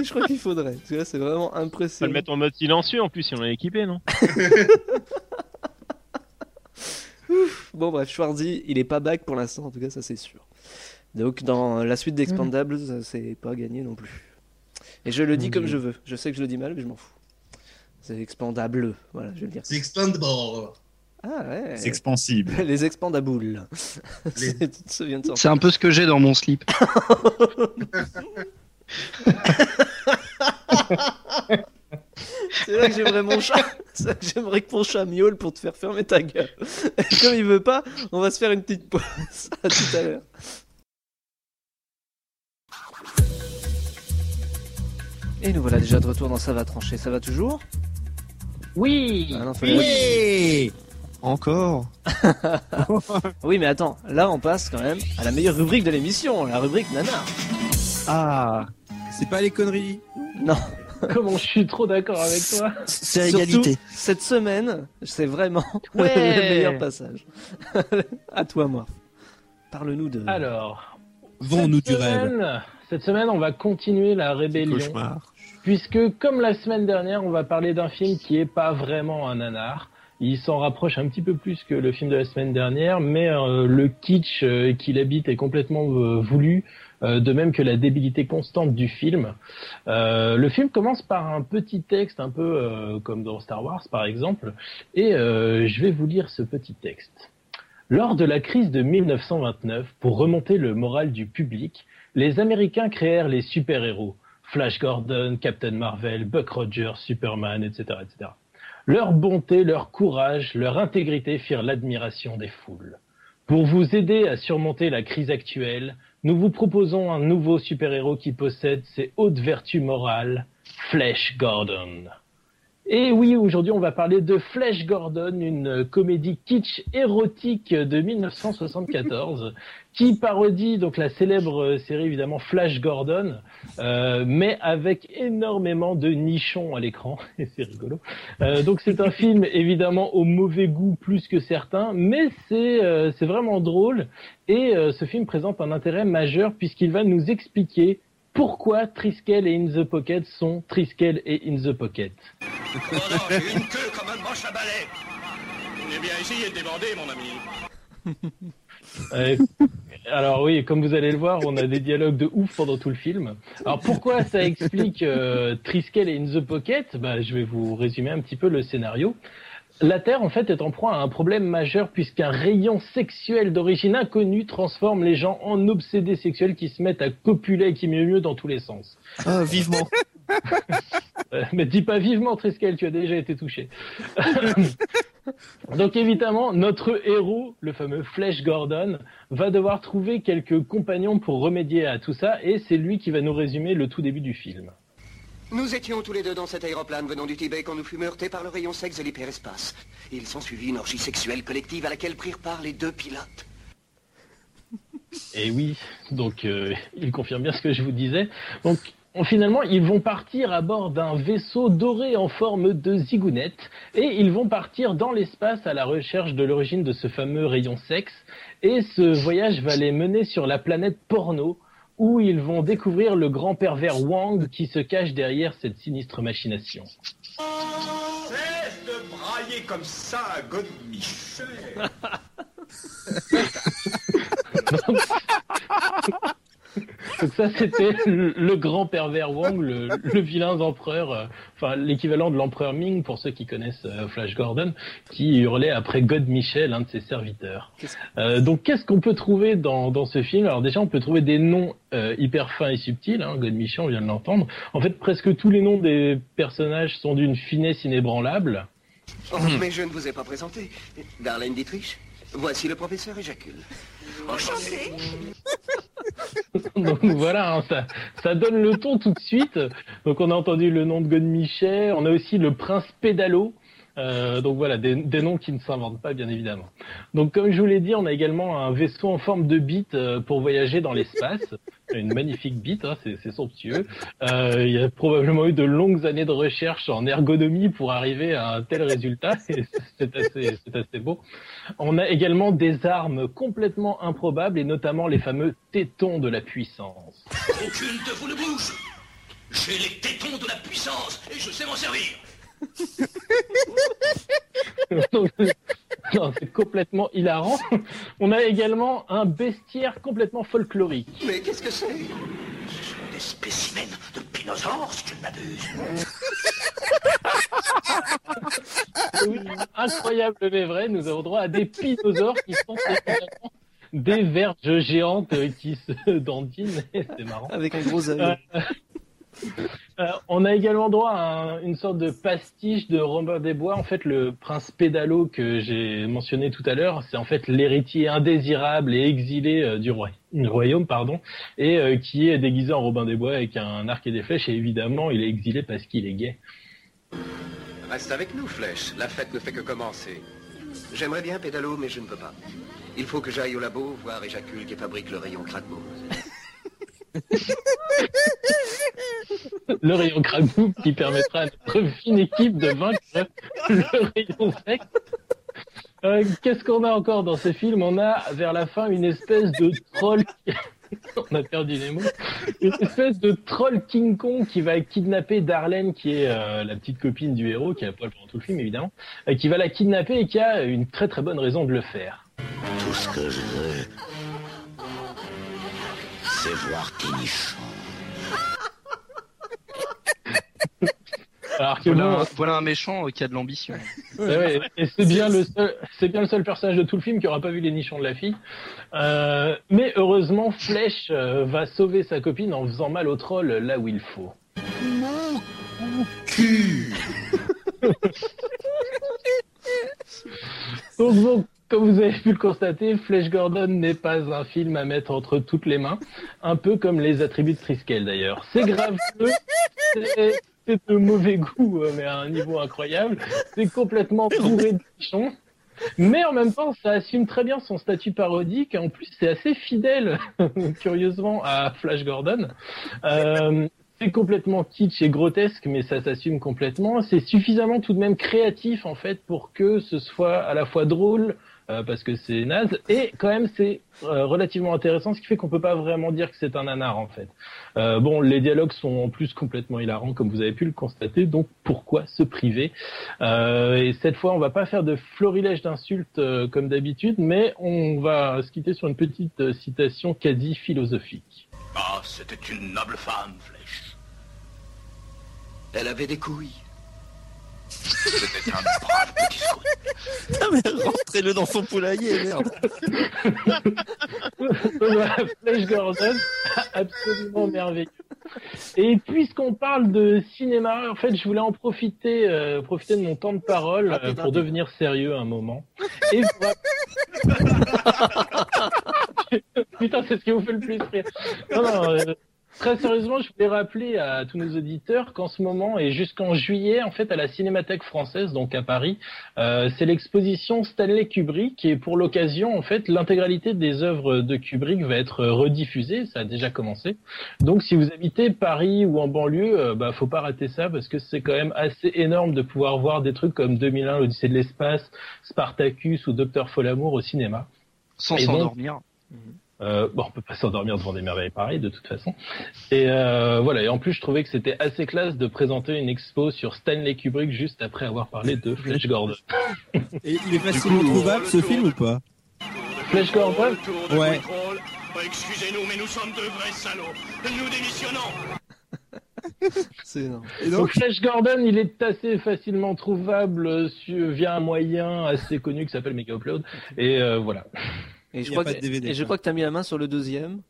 je crois qu'il faudrait. Tu vois, c'est vraiment Faut le impressionnant. mettre en mode silencieux en plus si on est équipé, non Bon, bref, Schwarzy, il est pas back pour l'instant, en tout cas, ça c'est sûr. Donc, dans la suite d'Expandables, c'est pas gagné non plus. Et je le dis comme je veux. Je sais que je le dis mal, mais je m'en fous. C'est expandable, voilà, je vais le dire. C'est expandable. Ah ouais. C'est expansible. Les expandaboules. tu te souviens de ça C'est un peu ce que j'ai dans mon slip. C'est là que j'aimerais mon chat. C'est là que j'aimerais que mon chat miaule pour te faire fermer ta gueule. Et comme il veut pas, on va se faire une petite pause. À tout à l'heure. Et nous voilà déjà de retour dans Ça va trancher. Ça va toujours Oui. Ah non, fallait- oui. Encore. Oui, mais attends, là on passe quand même à la meilleure rubrique de l'émission, la rubrique nanar. Ah. C'est pas les conneries Non. Comment je suis trop d'accord avec toi C'est à égalité. Cette semaine, c'est vraiment Ouais. le meilleur passage. à toi, moi. Parle-nous de. Alors, Vends-nous cette semaine- Cette semaine, on va continuer la rébellion. cauchemar. Puisque, comme la semaine dernière, on va parler d'un film qui est pas vraiment un nanar. Il s'en rapproche un petit peu plus que le film de la semaine dernière, mais euh, le kitsch euh, qu'il habite est complètement euh, voulu, euh, de même que la débilité constante du film. Euh, le film commence par un petit texte, un peu euh, comme dans Star Wars par exemple, et euh, je vais vous lire ce petit texte. Lors de la crise de 1929, pour remonter le moral du public, les Américains créèrent les super-héros. Flash Gordon, Captain Marvel, Buck Rogers, Superman, etc., etc. Leur bonté, leur courage, leur intégrité firent l'admiration des foules. Pour vous aider à surmonter la crise actuelle, nous vous proposons un nouveau super-héros qui possède ses hautes vertus morales, Flash Gordon. Et oui, aujourd'hui, on va parler de Flash Gordon, une euh, comédie kitsch érotique de 1974 qui parodie donc la célèbre euh, série évidemment Flash Gordon, euh, mais avec énormément de nichons à l'écran et c'est rigolo. Euh, donc c'est un film évidemment au mauvais goût plus que certains, mais c'est euh, c'est vraiment drôle et euh, ce film présente un intérêt majeur puisqu'il va nous expliquer pourquoi Triskel et In the Pocket sont Triskel et In the Pocket. Oh j'ai une queue comme un manche à balai. Eh bien, essayez de déborder, mon ami. Ouais. Alors oui, comme vous allez le voir, on a des dialogues de ouf pendant tout le film. Alors pourquoi ça explique euh, Triskel et In the Pocket bah, Je vais vous résumer un petit peu le scénario. La Terre, en fait, est en proie à un problème majeur puisqu'un rayon sexuel d'origine inconnue transforme les gens en obsédés sexuels qui se mettent à copuler et qui mieux mieux dans tous les sens. Ah, vivement. Euh, Mais dis pas vivement, Triskel, tu as déjà été touché. Donc évidemment, notre héros, le fameux Flash Gordon, va devoir trouver quelques compagnons pour remédier à tout ça, et c'est lui qui va nous résumer le tout début du film. Nous étions tous les deux dans cet aéroplane venant du Tibet quand nous fûmes heurtés par le rayon sexe de l'hyperespace. Il s'ensuivit une orgie sexuelle collective à laquelle prirent part les deux pilotes. Et Eh oui, donc euh, il confirme bien ce que je vous disais. Donc on- finalement, ils vont partir à bord d'un vaisseau doré en forme de zigounette et ils vont partir dans l'espace à la recherche de l'origine de ce fameux rayon sexe. Et ce voyage va les mener sur la planète porno où ils vont découvrir le grand pervers Wang qui se cache derrière cette sinistre machination. Cesse de brailler comme ça à Godemich. Donc ça, c'était le le grand pervers Wang, le, le vilain empereur, euh, enfin l'équivalent de l'empereur Ming pour ceux qui connaissent euh, Flash Gordon, qui hurlait après God Michel, un de ses serviteurs. Euh, donc qu'est-ce qu'on peut trouver dans, dans ce film Alors déjà, on peut trouver des noms euh, hyper fins et subtils. Hein, God Michel, on vient de l'entendre. En fait, presque tous les noms des personnages sont d'une finesse inébranlable. Oh, mais je ne vous ai pas présenté. Darlene Dietrich, voici le professeur Éjacule. Enchanté Donc voilà, hein, ça, ça donne le ton tout de suite. Donc on a entendu le nom de God Michet, on a aussi le prince Pédalo. Euh, donc voilà, des, des noms qui ne s'inventent pas, bien évidemment. Donc comme je vous l'ai dit, on a également un vaisseau en forme de bite euh, pour voyager dans l'espace. Une magnifique bite, hein, c'est c'est somptueux. Euh, il y a probablement eu de longues années de recherche en ergonomie pour arriver à un tel résultat. C'est c'est assez, c'est assez beau. On a également des armes complètement improbables et notamment les fameux tétons de la puissance. Aucune de vous ne bouge J'ai les tétons de la puissance et je sais m'en servir Non, c'est complètement hilarant. On a également un bestiaire complètement folklorique. Mais qu'est-ce que c'est Ce sont des spécimens de dinosaures, si tu ne m'abuses. Oui, incroyable mais vrai, nous avons droit à des pinosaures qui sont évidemment des verges géantes euh, qui se dandinent. Et C'est marrant. Avec un gros œil. Euh, euh, on a également droit à un- une sorte de pastiche de Robin des Bois. En fait, le prince Pédalo que j'ai mentionné tout à l'heure, c'est en fait l'héritier indésirable et exilé euh, du roi- du royaume, pardon, et euh, qui est déguisé en Robin des Bois avec un arc et des flèches. Et évidemment, il est exilé parce qu'il est gay. Reste avec nous, Flèche. La fête ne fait que commencer. J'aimerais bien pédalo, mais je ne peux pas. Il faut que j'aille au labo voir Éjacule qui fabrique le rayon Kratboum. le rayon Kragboub qui permettra à notre fine équipe de vaincre le rayon sec. Euh, Qu'est-ce qu'on a encore dans ce film On a vers la fin une espèce de troll. On a perdu les mots. Une espèce de troll King Kong qui va kidnapper Darlene, qui est euh, la petite copine du héros, qui a poil pendant tout le film évidemment, euh, qui va la kidnapper et qui a une très très bonne raison de le faire. Tout ce que je veux, c'est voir Tinichon. Alors que voilà, bon, un, voilà un méchant euh, qui a de l'ambition. Ouais, ouais. Et c'est bien le seul, c'est bien le seul personnage de tout le film qui aura pas vu les nichons de la fille. Euh, mais heureusement, Flèche euh, va sauver sa copine en faisant mal au troll là où il faut. Mon Donc bon, comme vous avez pu le constater, Flèche Gordon n'est pas un film à mettre entre toutes les mains, un peu comme les attributs de Triskel d'ailleurs. C'est grave, c'est c'est de mauvais goût, euh, mais à un niveau incroyable. C'est complètement bourré de pichons. Mais en même temps, ça assume très bien son statut parodique. En plus, c'est assez fidèle, curieusement, à Flash Gordon. Euh, c'est complètement kitsch et grotesque, mais ça s'assume complètement. C'est suffisamment tout de même créatif, en fait, pour que ce soit à la fois drôle, euh, parce que c'est naze, et quand même, c'est euh, relativement intéressant, ce qui fait qu'on peut pas vraiment dire que c'est un nanar, en fait. Euh, bon, les dialogues sont en plus complètement hilarants, comme vous avez pu le constater, donc pourquoi se priver Euh, Et cette fois, on va pas faire de florilège d'insultes euh, comme d'habitude, mais on va se quitter sur une petite euh, citation quasi philosophique. Ah, c'était une noble femme, Flèche. Elle avait des couilles. C'était un brave petit scout. Ah, mais rentrez-le dans son poulailler, merde. Voilà, Flash Gordon, absolument merveilleux. Et puisqu'on parle de cinéma, en fait, je voulais en profiter, euh, profiter de mon temps de parole euh, Rapide, pour rapide. devenir sérieux un moment. Et vous rapp- Putain, c'est ce qui vous fait le plus rire. Non, non, euh, Très sérieusement, je voulais rappeler à tous nos auditeurs qu'en ce moment et jusqu'en juillet, en fait, à la Cinémathèque française, donc à Paris, euh, c'est l'exposition Stanley Kubrick et pour l'occasion, en fait, l'intégralité des œuvres de Kubrick va être euh, rediffusée. Ça a déjà commencé. Donc, si vous habitez Paris ou en banlieue, euh, bah, faut pas rater ça parce que c'est quand même assez énorme de pouvoir voir des trucs comme 2001, l'Odyssée de l'espace, Spartacus ou Docteur Folamour au cinéma. Sans Et donc, s'endormir. euh, bon, on peut pas s'endormir devant des merveilles pareilles de toute façon. Et euh, voilà. Et en plus, je trouvais que c'était assez classe de présenter une expo sur Stanley Kubrick juste après avoir parlé de Flash Gordon. Et il est facilement trouvable ce film ou pas Flash Gordon Ouais. Excusez-nous, mais nous sommes de vrais salauds. Nous démissionnons. C'est énorme. donc, Flash Gordon, il est assez facilement trouvable euh, sur- via un moyen assez connu qui s'appelle Mega Upload. Et euh, voilà. Et je crois que, et je crois que t'as mis la main sur le deuxième.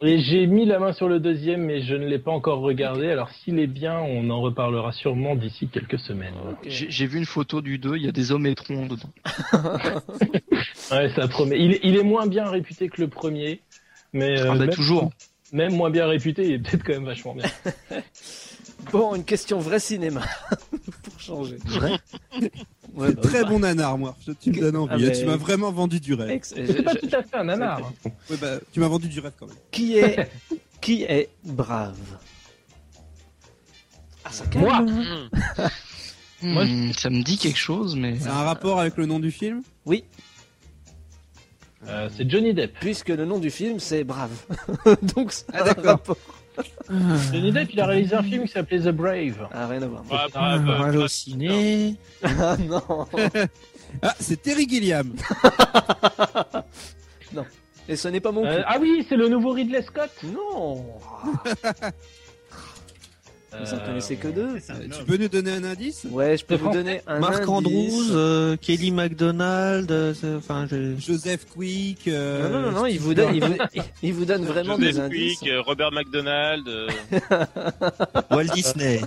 Et j'ai mis la main sur le deuxième, mais je ne l'ai pas encore regardé. Alors s'il est bien, on en reparlera sûrement d'ici quelques semaines. J'ai j'ai vu une photo du 2, il y a des hommes étrons dedans. Ouais, ça promet. Il, est- il est moins bien réputé que le premier. Mais euh, Ah bah, toujours. Même moins bien réputé, il est peut-être quand même vachement bien. Bon, une question vrai cinéma. Pour changer. Vrai Ouais, C'est bah, très bah. bon nanar, moi. Je- Tu me donnes envie. Ah, mais- Tu m'as vraiment vendu du rêve. Ex- C'est pas tout à fait un nanar. Ouais, bah, tu m'as vendu du rêve quand même. Qui est, qui est brave Ah, ça calme. Moi. hein. Moi, je- ça me dit quelque chose, mais. C'est un rapport avec le nom du film Oui. Euh, c'est Johnny Depp. Puisque le nom du film, c'est Brave. Donc, ça Ah, a d'accord. un rapport. Johnny Depp, il a réalisé un film qui s'appelait The Brave. Ah, rien à voir. Ah, ciné. Ah non. ah, c'est Terry Gilliam. non. Et ce n'est pas mon. ah oui, c'est le nouveau Ridley Scott Non Euh, Vous en connaissez que deux. Tu peux nous donner un indice Ouais, je peux vous donner un Marc indice. Andrews, euh, Kelly McDonald, euh, c'est- enfin, je- Joseph Quick. euh, Non, non, non, non, il vous donne, il vous, il vous donne vraiment des Joseph indices. Quick, euh, Robert McDonald. euh, Walt Disney.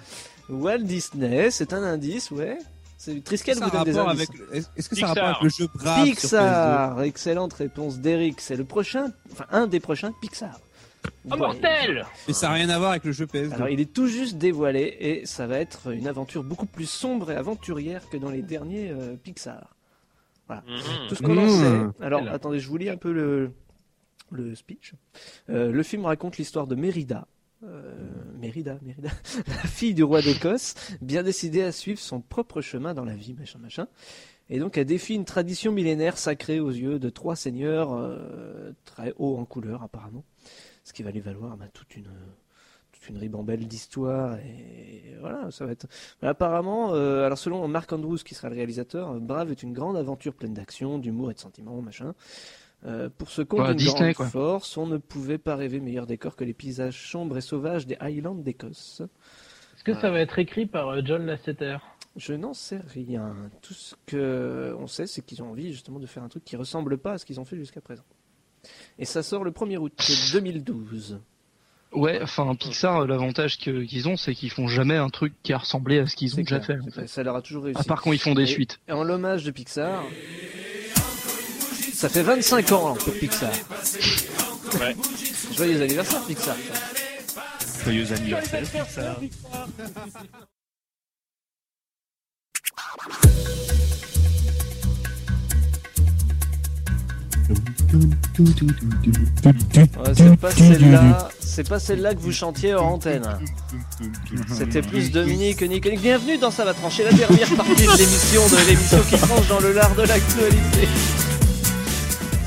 Walt Disney, c'est un indice, ouais. C'est Triskel Est-ce vous que ça a donne des rapport indices. avec- est-ce- est-ce que ça a rapport avec le jeu Brave sur Pixar, excellente réponse d'Eric. C'est le prochain, enfin un des prochains Pixar. Ah, mortel Mais ça n'a rien à voir avec le jeu PS2. Alors il est tout juste dévoilé et ça va être une aventure beaucoup plus sombre et aventurière que dans les derniers euh, Pixar. Voilà. Mm. Mm. Mhm. Tout ce qu'on en Mhm. sait. Alors Elle. attendez, je vous lis un peu le, le speech. Euh, le film raconte l'histoire de Mérida. euh, Mérida, Mérida, la fille du roi d'Écosse, bien décidée à suivre son propre chemin dans la vie, machin, machin. Et donc elle défie une tradition millénaire sacrée aux yeux de trois seigneurs euh, très hauts en couleur apparemment, ce qui va lui valoir bah, toute une toute une ribambelle d'histoires et voilà ça va être Mais apparemment euh, alors selon Mark Andrews qui sera le réalisateur euh, Brave est une grande aventure pleine d'action d'humour et de sentiments machin Euh, pour ce compte Ouais, d'une Bah, Disney, grande quoi. force on ne pouvait pas rêver meilleur décor que les paysages sombres et sauvages des Highlands d'Écosse Est-ce que ça va être écrit par euh, John Lasseter je n'en sais rien tout ce que on sait c'est qu'ils ont envie justement de faire un truc qui ressemble pas à ce qu'ils ont fait jusqu'à présent et ça sort le 1er août 2012 Ouais, enfin, Pixar, euh, l'avantage que- qu'ils ont, c'est qu'ils font jamais un truc qui a ressemblé à ce qu'ils ont déjà fait. en fait. Ça leur a toujours réussi. À part quand ils font des Et- suites. Et en l'hommage de Pixar. Ça fait 25 ans hein, pour Pixar. Ouais. Joyeux anniversaire Pixar. Joyeux anniversaire. Ouais, c'est pas celle-là, c'est pas celle-là que vous chantiez hors antenne. hein. C'était plus Dominique que Nicolas. Bienvenue dans Ça va trancher, la dernière partie de l'émission, de l'émission qui tranche dans le lard de l'actualité.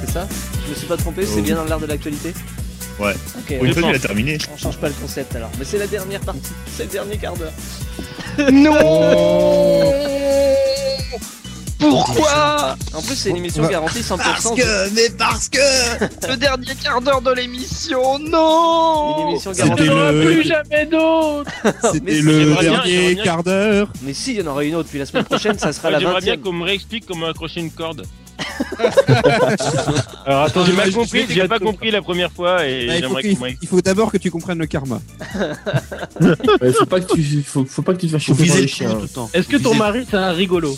C'est ça Je me suis pas trompé, c'est bien dans le lard de l'actualité Oh. Ouais. Ok, oui, on toi, tu l'as change. terminé. On change pas le concept alors, mais c'est la dernière partie, c'est le dernier quart d'heure. Non Pourquoi En plus, c'est une émission garantie 100%. Parce que, mais parce que Le dernier quart d'heure de l'émission, non Une émission garantie. garantie. Il n'y en aura C'était le- plus jamais d'autre Mais si, j'aimerais bien- j'aimerais bien- Mais si, il y en aura une autre, puis la semaine prochaine, ça sera la Ah, J'aimerais 20 bien e qu'on me réexplique comment accrocher une corde. Alors attends, j'ai mal compris, j'ai pas compris la première fois et Bah, il faut, j'aimerais qu'il- qu'on m'explique. il faut d'abord que tu comprennes le karma. Ouais, faut pas que tu, faut, faut pas que tu te fasses chauffer par les chiens. Est-ce que ton mari, c'est un rigolo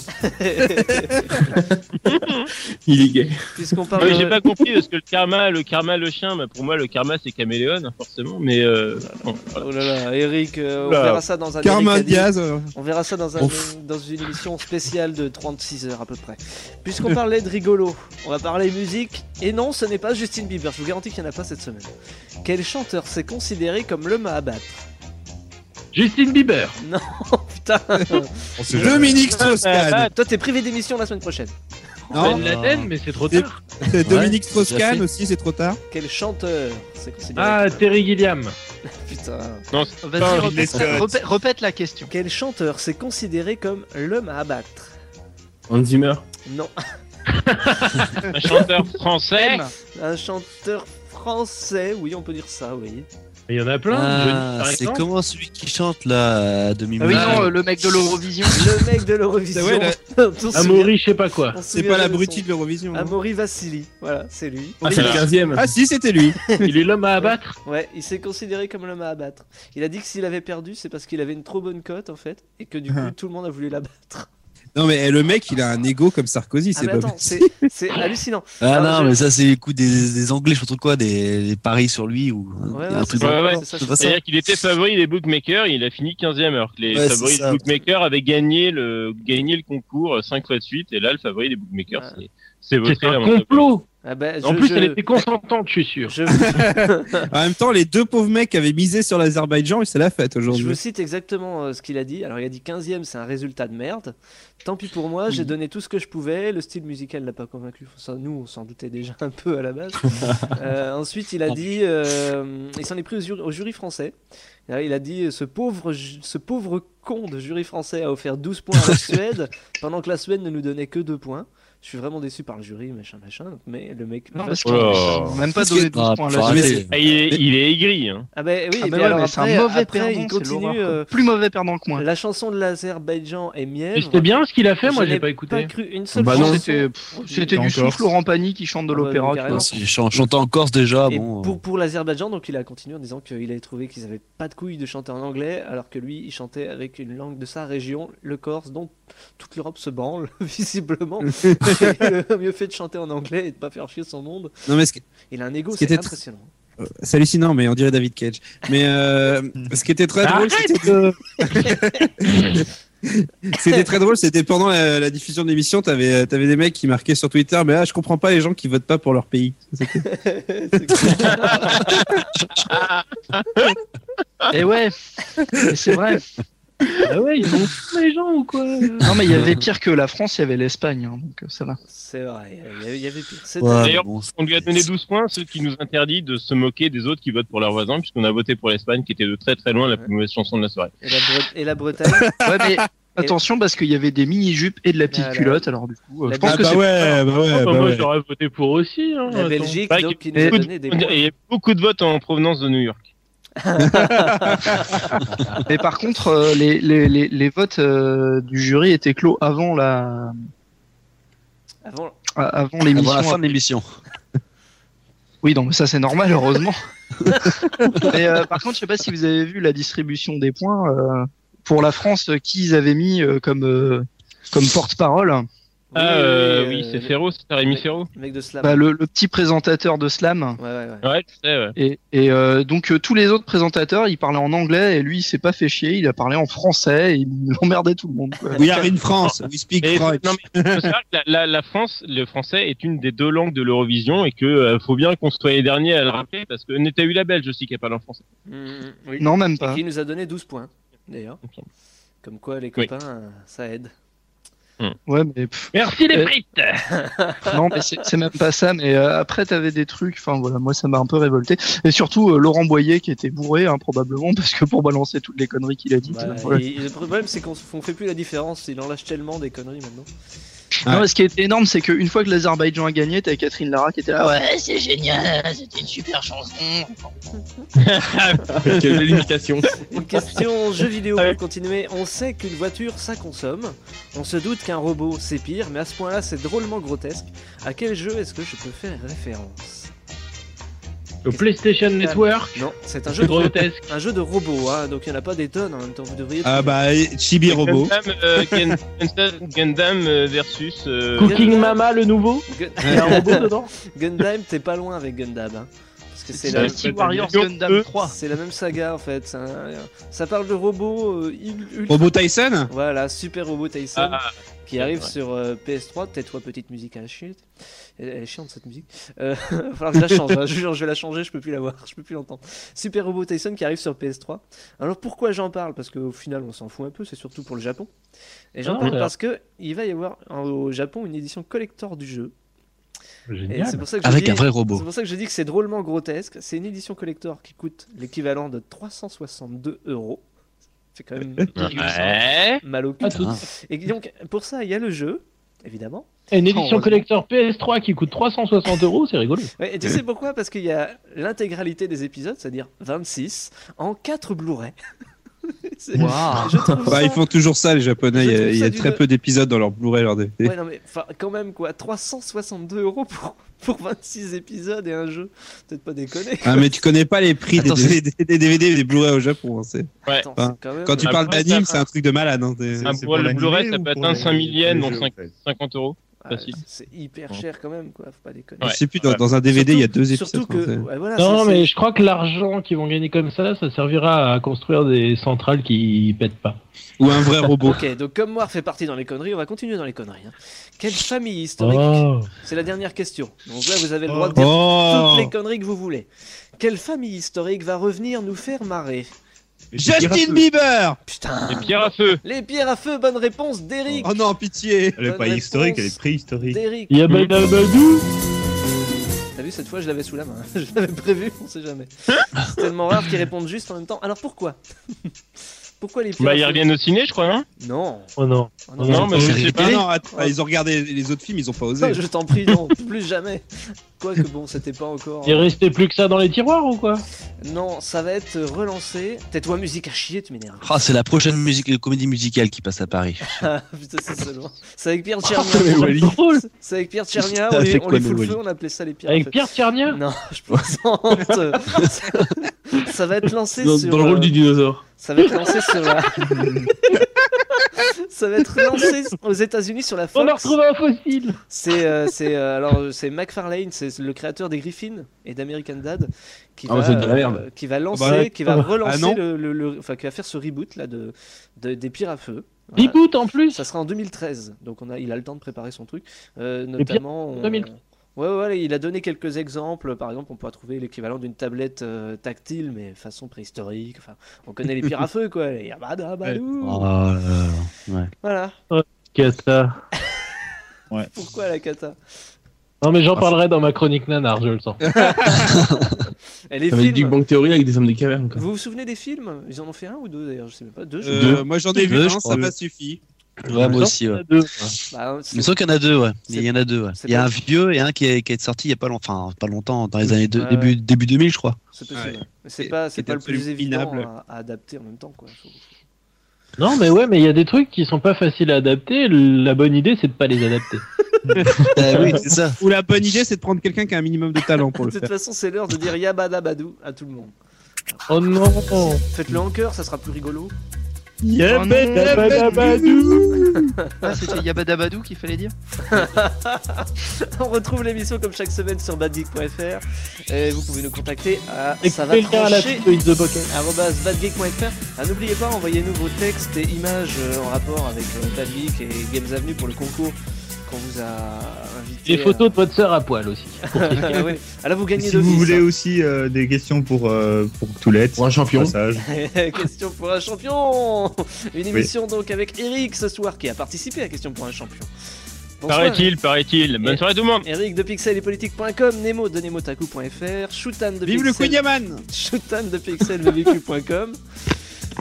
Il est gay. Puisqu'on Ah oui, j'ai pas compris parce que le karma, le karma, le chien, bah, pour moi le karma c'est caméléon hein, forcément, mais euh, bon, voilà. Oh là là, Eric, euh, on Oula. verra ça dans un Carmen Eric a dit- Diaz, euh. On verra ça dans, un, Ouf. dans une émission spéciale de 36 heures à peu près. Puisqu'on parlait de rigolo, on va parler musique. Et non, ce n'est pas Justin Bieber. Je vous garantis qu'il n'y en a pas cette semaine. Quel chanteur s'est considéré comme l'homme à abattre Justin Bieber. Non, putain. sait jamais. Dominique Strauss-Kahn. Ah, Toi, t'es privé d'émission la semaine prochaine. Non. Ben Laden, mais c'est trop C'est- tard. c'est Dominique Ouais, déjà Strauss-Kahn fait. aussi, c'est trop tard. Quel chanteur s'est considéré Ah, Terry Gilliam. Putain. Non, Vas-y, répète, répète- répète la question. Quel chanteur s'est considéré comme l'homme à abattre Hans Zimmer. Non. Un chanteur français Un chanteur français, oui, on peut dire ça, oui. Il y en a plein. Ah, Johnny, par c'est exemple. comment celui qui chante là à demi Ah oui, non, euh, le mec de l'Eurovision. Le mec de l'Eurovision. Ah ouais, là. On s'en souvient- Amaury, je sais pas quoi. on se C'est souvient pas de l'abruti son- de l'Eurovision. hein. non Amaury Vassili, voilà, c'est lui. Ah, c'est le 15e. Ah, si, c'était lui. Il est l'homme à abattre. Ouais, il s'est considéré comme l'homme à abattre. Ah. Il a dit que s'il avait perdu, c'est parce qu'il avait une trop bonne cote en fait, et que du coup tout le monde a voulu l'abattre. Non, mais eh, le mec, il a un ego comme Sarkozy, Ah, c'est mais pas attends, possible. c'est c'est hallucinant. Ah Alors, non, je- mais ça, c'est les coups des, des Anglais, je sais pas trop quoi, des, des paris sur lui ou Ouais, un ouais, c'est truc dans- ça, Ouais, ouais. non, c'est pas ça. C'est-à-dire qu'il était favori des bookmakers, il a fini 15e, alors que les Ouais, favoris c'est des ça. bookmakers avaient gagné le, gagné le concours 5 fois de suite, et là, le favori des bookmakers, c'est- c'est votre C'est un complot. Ah bah, En je- plus, je- elle était consentante, je suis sûr. en même temps, les deux pauvres mecs avaient misé sur l'Azerbaïdjan et c'est la fête Je vous aujourd'hui. cite exactement euh, ce qu'il a dit. Alors, il a dit 15ème, c'est un résultat de merde. Tant pis pour moi, j'ai donné tout ce que je pouvais. Le style musical l'a pas convaincu. Ça, nous, on s'en doutait déjà un peu à la base. Euh, ensuite, il a dit euh, il s'en est pris au jury, au jury français. Euh, Il a dit ce pauvre, ju- ce pauvre con de jury français a offert 12 points à la Suède pendant que la Suède ne nous donnait que 2 points. Je suis vraiment déçu par le jury, machin, machin. Mais le mec. Non, parce qu'ils même pas donné 12 points à la Suède. Ah, il, est, Oh il est aigri. Hein. Ah ben oui, Ah bah mais ouais, alors mais c'est un après- mauvais après, perdant, il c'est continue, l'horreur, quoi. euh, Plus mauvais perdant que moi. La chanson de l'Azerbaïdjan est mièvre. C'était bien ce qu'il a fait, moi, Je j'ai n'ai pas écouté. cru une seule Bah non. chanson. C'était pff, c'était du Encore. souffle Laurent Pagny qui chante de Ah bah, l'opéra. tu carrément. vois. Ah, Il chan- chantait en Corse déjà, Et Ah bon. pour, pour l'Azerbaïdjan, donc il a continué en disant qu'il avait trouvé qu'ils avaient pas de couilles de chanter en anglais, alors que lui, il chantait avec une langue de sa région, le corse, dont toute l'Europe se branle, visiblement. Et le mieux fait de chanter en anglais et de pas faire chier son monde. Non, mais ce qui- Il a un ego, ce qui c'est était tr- impressionnant. Euh, C'est hallucinant, mais on dirait David Cage. Mais euh, ce qui était très drôle, Arrête c'était de- C'était très drôle, c'était pendant la, la diffusion de l'émission, t'avais euh, t'avais des mecs qui marquaient sur Twitter, mais ah, je comprends pas les gens qui votent pas pour leur pays. C'était- Et Eh ouais, et c'est vrai. Ah ouais, ils ont les gens ou quoi Non, mais il y avait pire que la France, il y avait l'Espagne, hein, donc euh, ça va. C'est vrai, il y avait- il y avait pire. C'est- D'ailleurs, on lui a donné 12 points, ce qui nous interdit de se moquer des autres qui votent pour leurs voisins, puisqu'on a voté pour l'Espagne, qui était de très très loin la plus mauvaise chanson de la soirée. Et la, Bre- et la Bretagne. Ouais, mais Et- attention parce qu'il y avait des mini-jupes et de la petite Voilà. culotte, alors du coup, euh, La je pense Ah que bah c'est. ouais, bah ouais, Ah, bah moi, ouais. j'aurais voté pour aussi. Hein, La attends. Belgique, Pareil donc, qu'il qui nous y a a beaucoup donné de- des on dirait- points. Il y a beaucoup de votes en provenance de New York. Mais par contre, euh, les, les, les, les votes euh, du jury étaient clos avant la. Avant- a- Ah, Avant l'émission. Avant la fin de l'émission. Oui, non, mais ça c'est normal, heureusement. mais euh, par contre, je sais pas si vous avez vu la distribution des points euh, pour la France, euh, qui ils avaient mis euh, comme, euh, comme porte-parole. Ah, euh, oui, c'est Ferro, c'est Rémi Ferro. Mec de Slam. Bah, le, le petit présentateur de Slam. Ouais, ouais, ouais. Ouais, je sais, ouais. Et, et, euh, donc euh, tous les autres présentateurs, ils parlaient en anglais et lui, il s'est pas fait chier, il a parlé en français, et il emmerdait tout le monde. quoi. We are in France, we speak Et- French. non, mais faut savoir que la, la- la France, le français est une des deux langues de l'Eurovision et que euh, faut bien qu'on soit les derniers à le rappeler parce que n'était eu la Belge aussi qui a parlé en français. Mm, oui. Non, hein. même pas. Et qui nous a donné 12 points, d'ailleurs. Comme quoi, les Oui. copains, euh, ça aide. Ouais, mais pff. Merci les Euh, frites non, mais c'est c'est même pas ça. Mais euh, après, t'avais des trucs. Enfin, voilà, moi, ça m'a un peu révolté. Et surtout, euh, Laurent Boyer qui était bourré, hein, probablement, parce que pour balancer toutes les conneries qu'il a dites. Voilà, euh, voilà. Bah, et- et le problème, c'est qu'on s- on fait plus la différence. Il en lâche tellement des conneries maintenant. Non, mais ce qui était énorme, c'est qu'une fois que l'Azerbaïdjan a gagné, t'avais Catherine Lara qui était là. Ouais, c'est génial, c'était une super chanson. Quelle limitation. Une question jeu vidéo Ah pour continuer. On sait qu'une voiture, ça consomme. On se doute qu'un robot, c'est pire, mais à ce point-là, c'est drôlement grotesque. À quel jeu est-ce que je peux faire référence Le PlayStation Network. Non, c'est un C'est jeu grotesque. De, un jeu de robot, hein, donc il n'y en a pas des tonnes en même temps. Vous devriez. Ah bah, et- Chibi Robot. Gundam, euh, Gun- Gundam- Gundam, euh, versus. euh, Cooking Mama, le nouveau. Gun- Il y a un robot dedans. Gundam, t'es pas loin avec Gundam. hein. Parce que c'est C'est la... Mighty Warriors Gundam E. Euh, 3. C'est la même saga en fait. c'est un- Ça parle de robots. euh, il- ultra- Robot Tyson Voilà, Super Robot Tyson. Ah, qui arrive ouais. sur euh, PS3. Peut-être toi, petite musique à la chute. Elle elle est chiante cette musique. Euh, va falloir que je la change. hein. Je jure, je vais la changer. Je peux plus la voir. Je peux plus l'entendre. Super Robot Tyson qui arrive sur PS3. Alors pourquoi j'en parle Parce qu'au final, on s'en fout un peu. C'est surtout pour le Japon. Et j'en Ah, parle ouais. parce que il va y avoir en- au Japon une édition collector du jeu. Et c'est pour ça que je Avec dis- un vrai robot. C'est pour ça que je dis que c'est drôlement grotesque. C'est une édition collector qui coûte l'équivalent de 362 euros. C'est quand même Ouais. mal au cul. Pas tout. Et donc, pour ça, il y a le jeu, évidemment. Une Heureusement. édition collector PS3 qui coûte 360 euros, c'est rigolo. Ouais, et tu sais pourquoi Parce qu'il y a l'intégralité des épisodes, c'est-à-dire 26, en 4 Blu-ray. C'est- je trouve Bah, ça- ils font toujours ça, les Japonais. Il y je a, trouve il y a ça très d'une- peu d'épisodes dans leur Blu-ray, leur DVD. Ouais, non, mais enfin, quand même, quoi. 362 euros pour, pour 26 épisodes et un jeu. Peut-être pas déconner. Ah, mais tu connais pas les prix Attends, des, DVD, des DVD et des Blu-ray au Japon. hein, c'est- Ouais. Enfin, Attends, c'est quand même- quand tu euh, Après, parles ça va. d'anime, c'est un truc de malade. Hein, t'es- Ah, pour le Blu-ray, ça peut atteindre 5000 yens, donc 5- 50 euros. Ah, Facile. C'est hyper cher quand même, quoi. Faut pas déconner. Ouais. Je sais plus, dans, dans un DVD, il y a deux épisodes. surtout que- hein, c'est- ouais, voilà, non, ça, mais c'est- je crois que l'argent qu'ils vont gagner comme ça, ça servira à construire des centrales qui pètent pas. Ou un vrai robot. Ok, donc comme moi fait partie dans les conneries, on va continuer dans les conneries. hein. Quelle famille historique Oh. C'est la dernière question. Donc là, vous avez le droit de dire Oh. toutes les conneries que vous voulez. Quelle famille historique va revenir nous faire marrer Justin Bieber Putain Les pierres à feu Les pierres à feu, bonne réponse d'Eric Oh non, pitié Elle est pas historique, elle est préhistorique. D'Eric Ben Yabadabadou T'as vu, cette fois, je l'avais sous la main. Je l'avais prévu, on sait jamais. C'est tellement rare qu'ils répondent juste en même temps. Alors pourquoi Pourquoi les pierres Bah, à ils feu reviennent au ciné, je crois, non Non. Oh non. Oh non, mais je sais pas. Ah non, attends, ils ont regardé les autres films, ils ont pas osé. Ah, Non, je t'en prie, non, plus jamais. Quoique bon, c'était pas encore. Il restait plus que ça dans les tiroirs ou quoi Non, ça va être euh, relancé. Tais-toi, musique à chier, tu m'énerves. Ah, c'est la prochaine musique, comédie musicale qui passe à Paris. Ah, Putain, c'est seulement. C'est avec Pierre mais Wally. Tchernia. C'est avec Pierre Tchernia, Putain, on, les- avec on les quoi, fout le mais feu, Wally. on appelait ça les pierres. Avec Pierre Tchernia Non, je plaisante. ça, ça va être lancé Dans, sur. dans le rôle euh, du dinosaure. Ça va être lancé sur la... ça va être lancé aux États-Unis sur la Fox. On a retrouvé un fossile C'est euh, c'est euh, alors euh, c'est McFarlane, c'est le créateur des Griffins et d'American Dad qui Ah, va euh, bah, c'est de la merde. qui va lancer, Ah bah, qui va ah relancer non. le, le- le- enfin qui va faire ce reboot là de, de- des pires à feu. Reboot en plus. Ça sera en 2013, donc on a il a le temps de préparer son truc, Euh, notamment. Pires- on- 2013. Ouais, ouais, il a donné quelques exemples. Par exemple, on pourra trouver l'équivalent d'une tablette euh, tactile, mais façon préhistorique. Enfin, on connaît les pires à feu, quoi. Les yabadabadou. Oh là là là. Ouais. Voilà. Cata. Ouais. Pourquoi la cata Non mais j'en Ah, parlerai dans ma chronique nanar, je le sens. Elle est Avec films. du Bang Theory avec des hommes des cavernes. Quoi. Vous vous souvenez des films Ils en ont fait un ou deux d'ailleurs, je sais même pas. Deux, je Euh, crois. moi, j'en ai vu Deux, un, je ça crois. m'a suffi. Ouais, moi aussi, ouais. Bah, Il me semble qu'il y en a deux, ouais. Il y en a deux, ouais. c'est Il y a pas- un vieux et un qui est, qui est sorti il y a pas longtemps, enfin, pas longtemps, dans les années deux- Ouais, début, ouais. début 2000, je crois. C'est possible. Ouais. ouais. Mais c'est Et- pas, c'est qui pas est le plus absolument évident minable. à, à adapter en même temps. Quoi. Faut- Non mais ouais, mais il y a des trucs qui sont pas faciles à adapter. La bonne idée, c'est de pas les adapter. Euh, oui, c'est ça. Ou la bonne idée, c'est de prendre quelqu'un qui a un minimum de talent pour De le toute faire. façon, c'est l'heure de dire Yabadabadou à tout le monde. Oh non Faites-le en cœur, ça sera plus rigolo. Oh Ah, c'était Yabadabadou qu'il fallait dire On retrouve l'émission comme chaque semaine sur badgeek.fr et vous pouvez nous contacter à Et ça va coupez le lien à la trancher, pub de It's the Pocket. arobase badgeek.fr. Ah, N'oubliez pas, envoyez-nous vos textes et images euh, en rapport avec euh, Bad Geek et Games Avenue pour le concours qu'on vous a invité. Des photos de votre sœur à poil aussi. Ah ouais. Ah là, vous Et gagnez Si vous d'office, voulez hein. aussi euh, des questions pour, euh, pour Toulette, pour un champion. Question pour un champion Une émission donc avec Eric ce soir qui a participé à Question pour un champion. Bonsoir. Paraît-il, paraît-il. Bonne soirée tout le monde. Eric de Pixel et Politique.com, Nemo de Nemotaku.fr, Shoutan de Vive le Pixel. Kunyaman Shoutan de pixelvbq.com.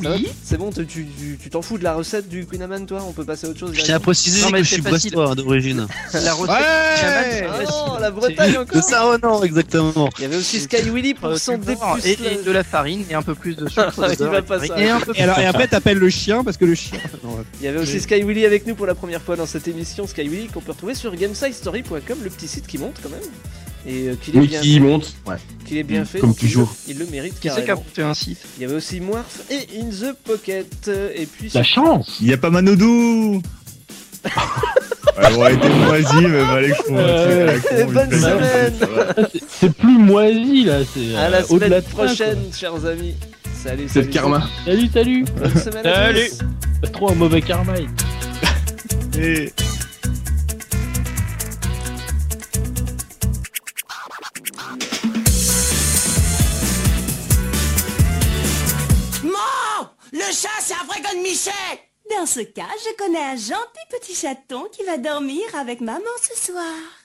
Ça va C'est bon, tu- tu tu- tu t'en fous de la recette du Quinaman, toi On peut passer à autre chose Je tiens à préciser Non, mais que je c'est suis facile. brestois hein, d'origine. La recette Ouais Ah non, la Bretagne De encore Saronan, exactement. Il y avait aussi Sky Willy Euh, pour son dépuce. et, et de la farine et un peu plus de sucre. Ah, Il d'or va et de pas farine. ça. Et un peu Et, alors, et après, t'appelles le chien parce que le chien. Non, ouais. Il y avait aussi Sky Willy avec nous pour la première fois dans cette émission. Sky Willy qu'on peut retrouver sur gamesidestory.com, le petit site qui monte quand même. Et euh, qu'il est Oui, bien qui fait. monte. Ouais. Qu'il est bien fait. Comme donc il le- toujours. Il le mérite Qui c'est qui a carrément. monté un site Il y avait aussi Moirf et In the Pocket. euh, Et puis. La chance Il y a pas Manodou Elle aurait été moisie, mais valait que je trouve un truc à la con, Et lui Euh, bonne fait un semaine. truc, ça va. C'est plus moisi là, c'est À la euh, au-delà semaine de ça, quoi. prochaine, chers amis. Salut, C'est le salut. karma. Salut, salut Bonne semaine à Salut. tous. Pas Trop un mauvais karma. il- Et- Mon Le chat, c'est un vrai de Michel Dans ce cas, je connais un gentil petit chaton qui va dormir avec maman ce soir.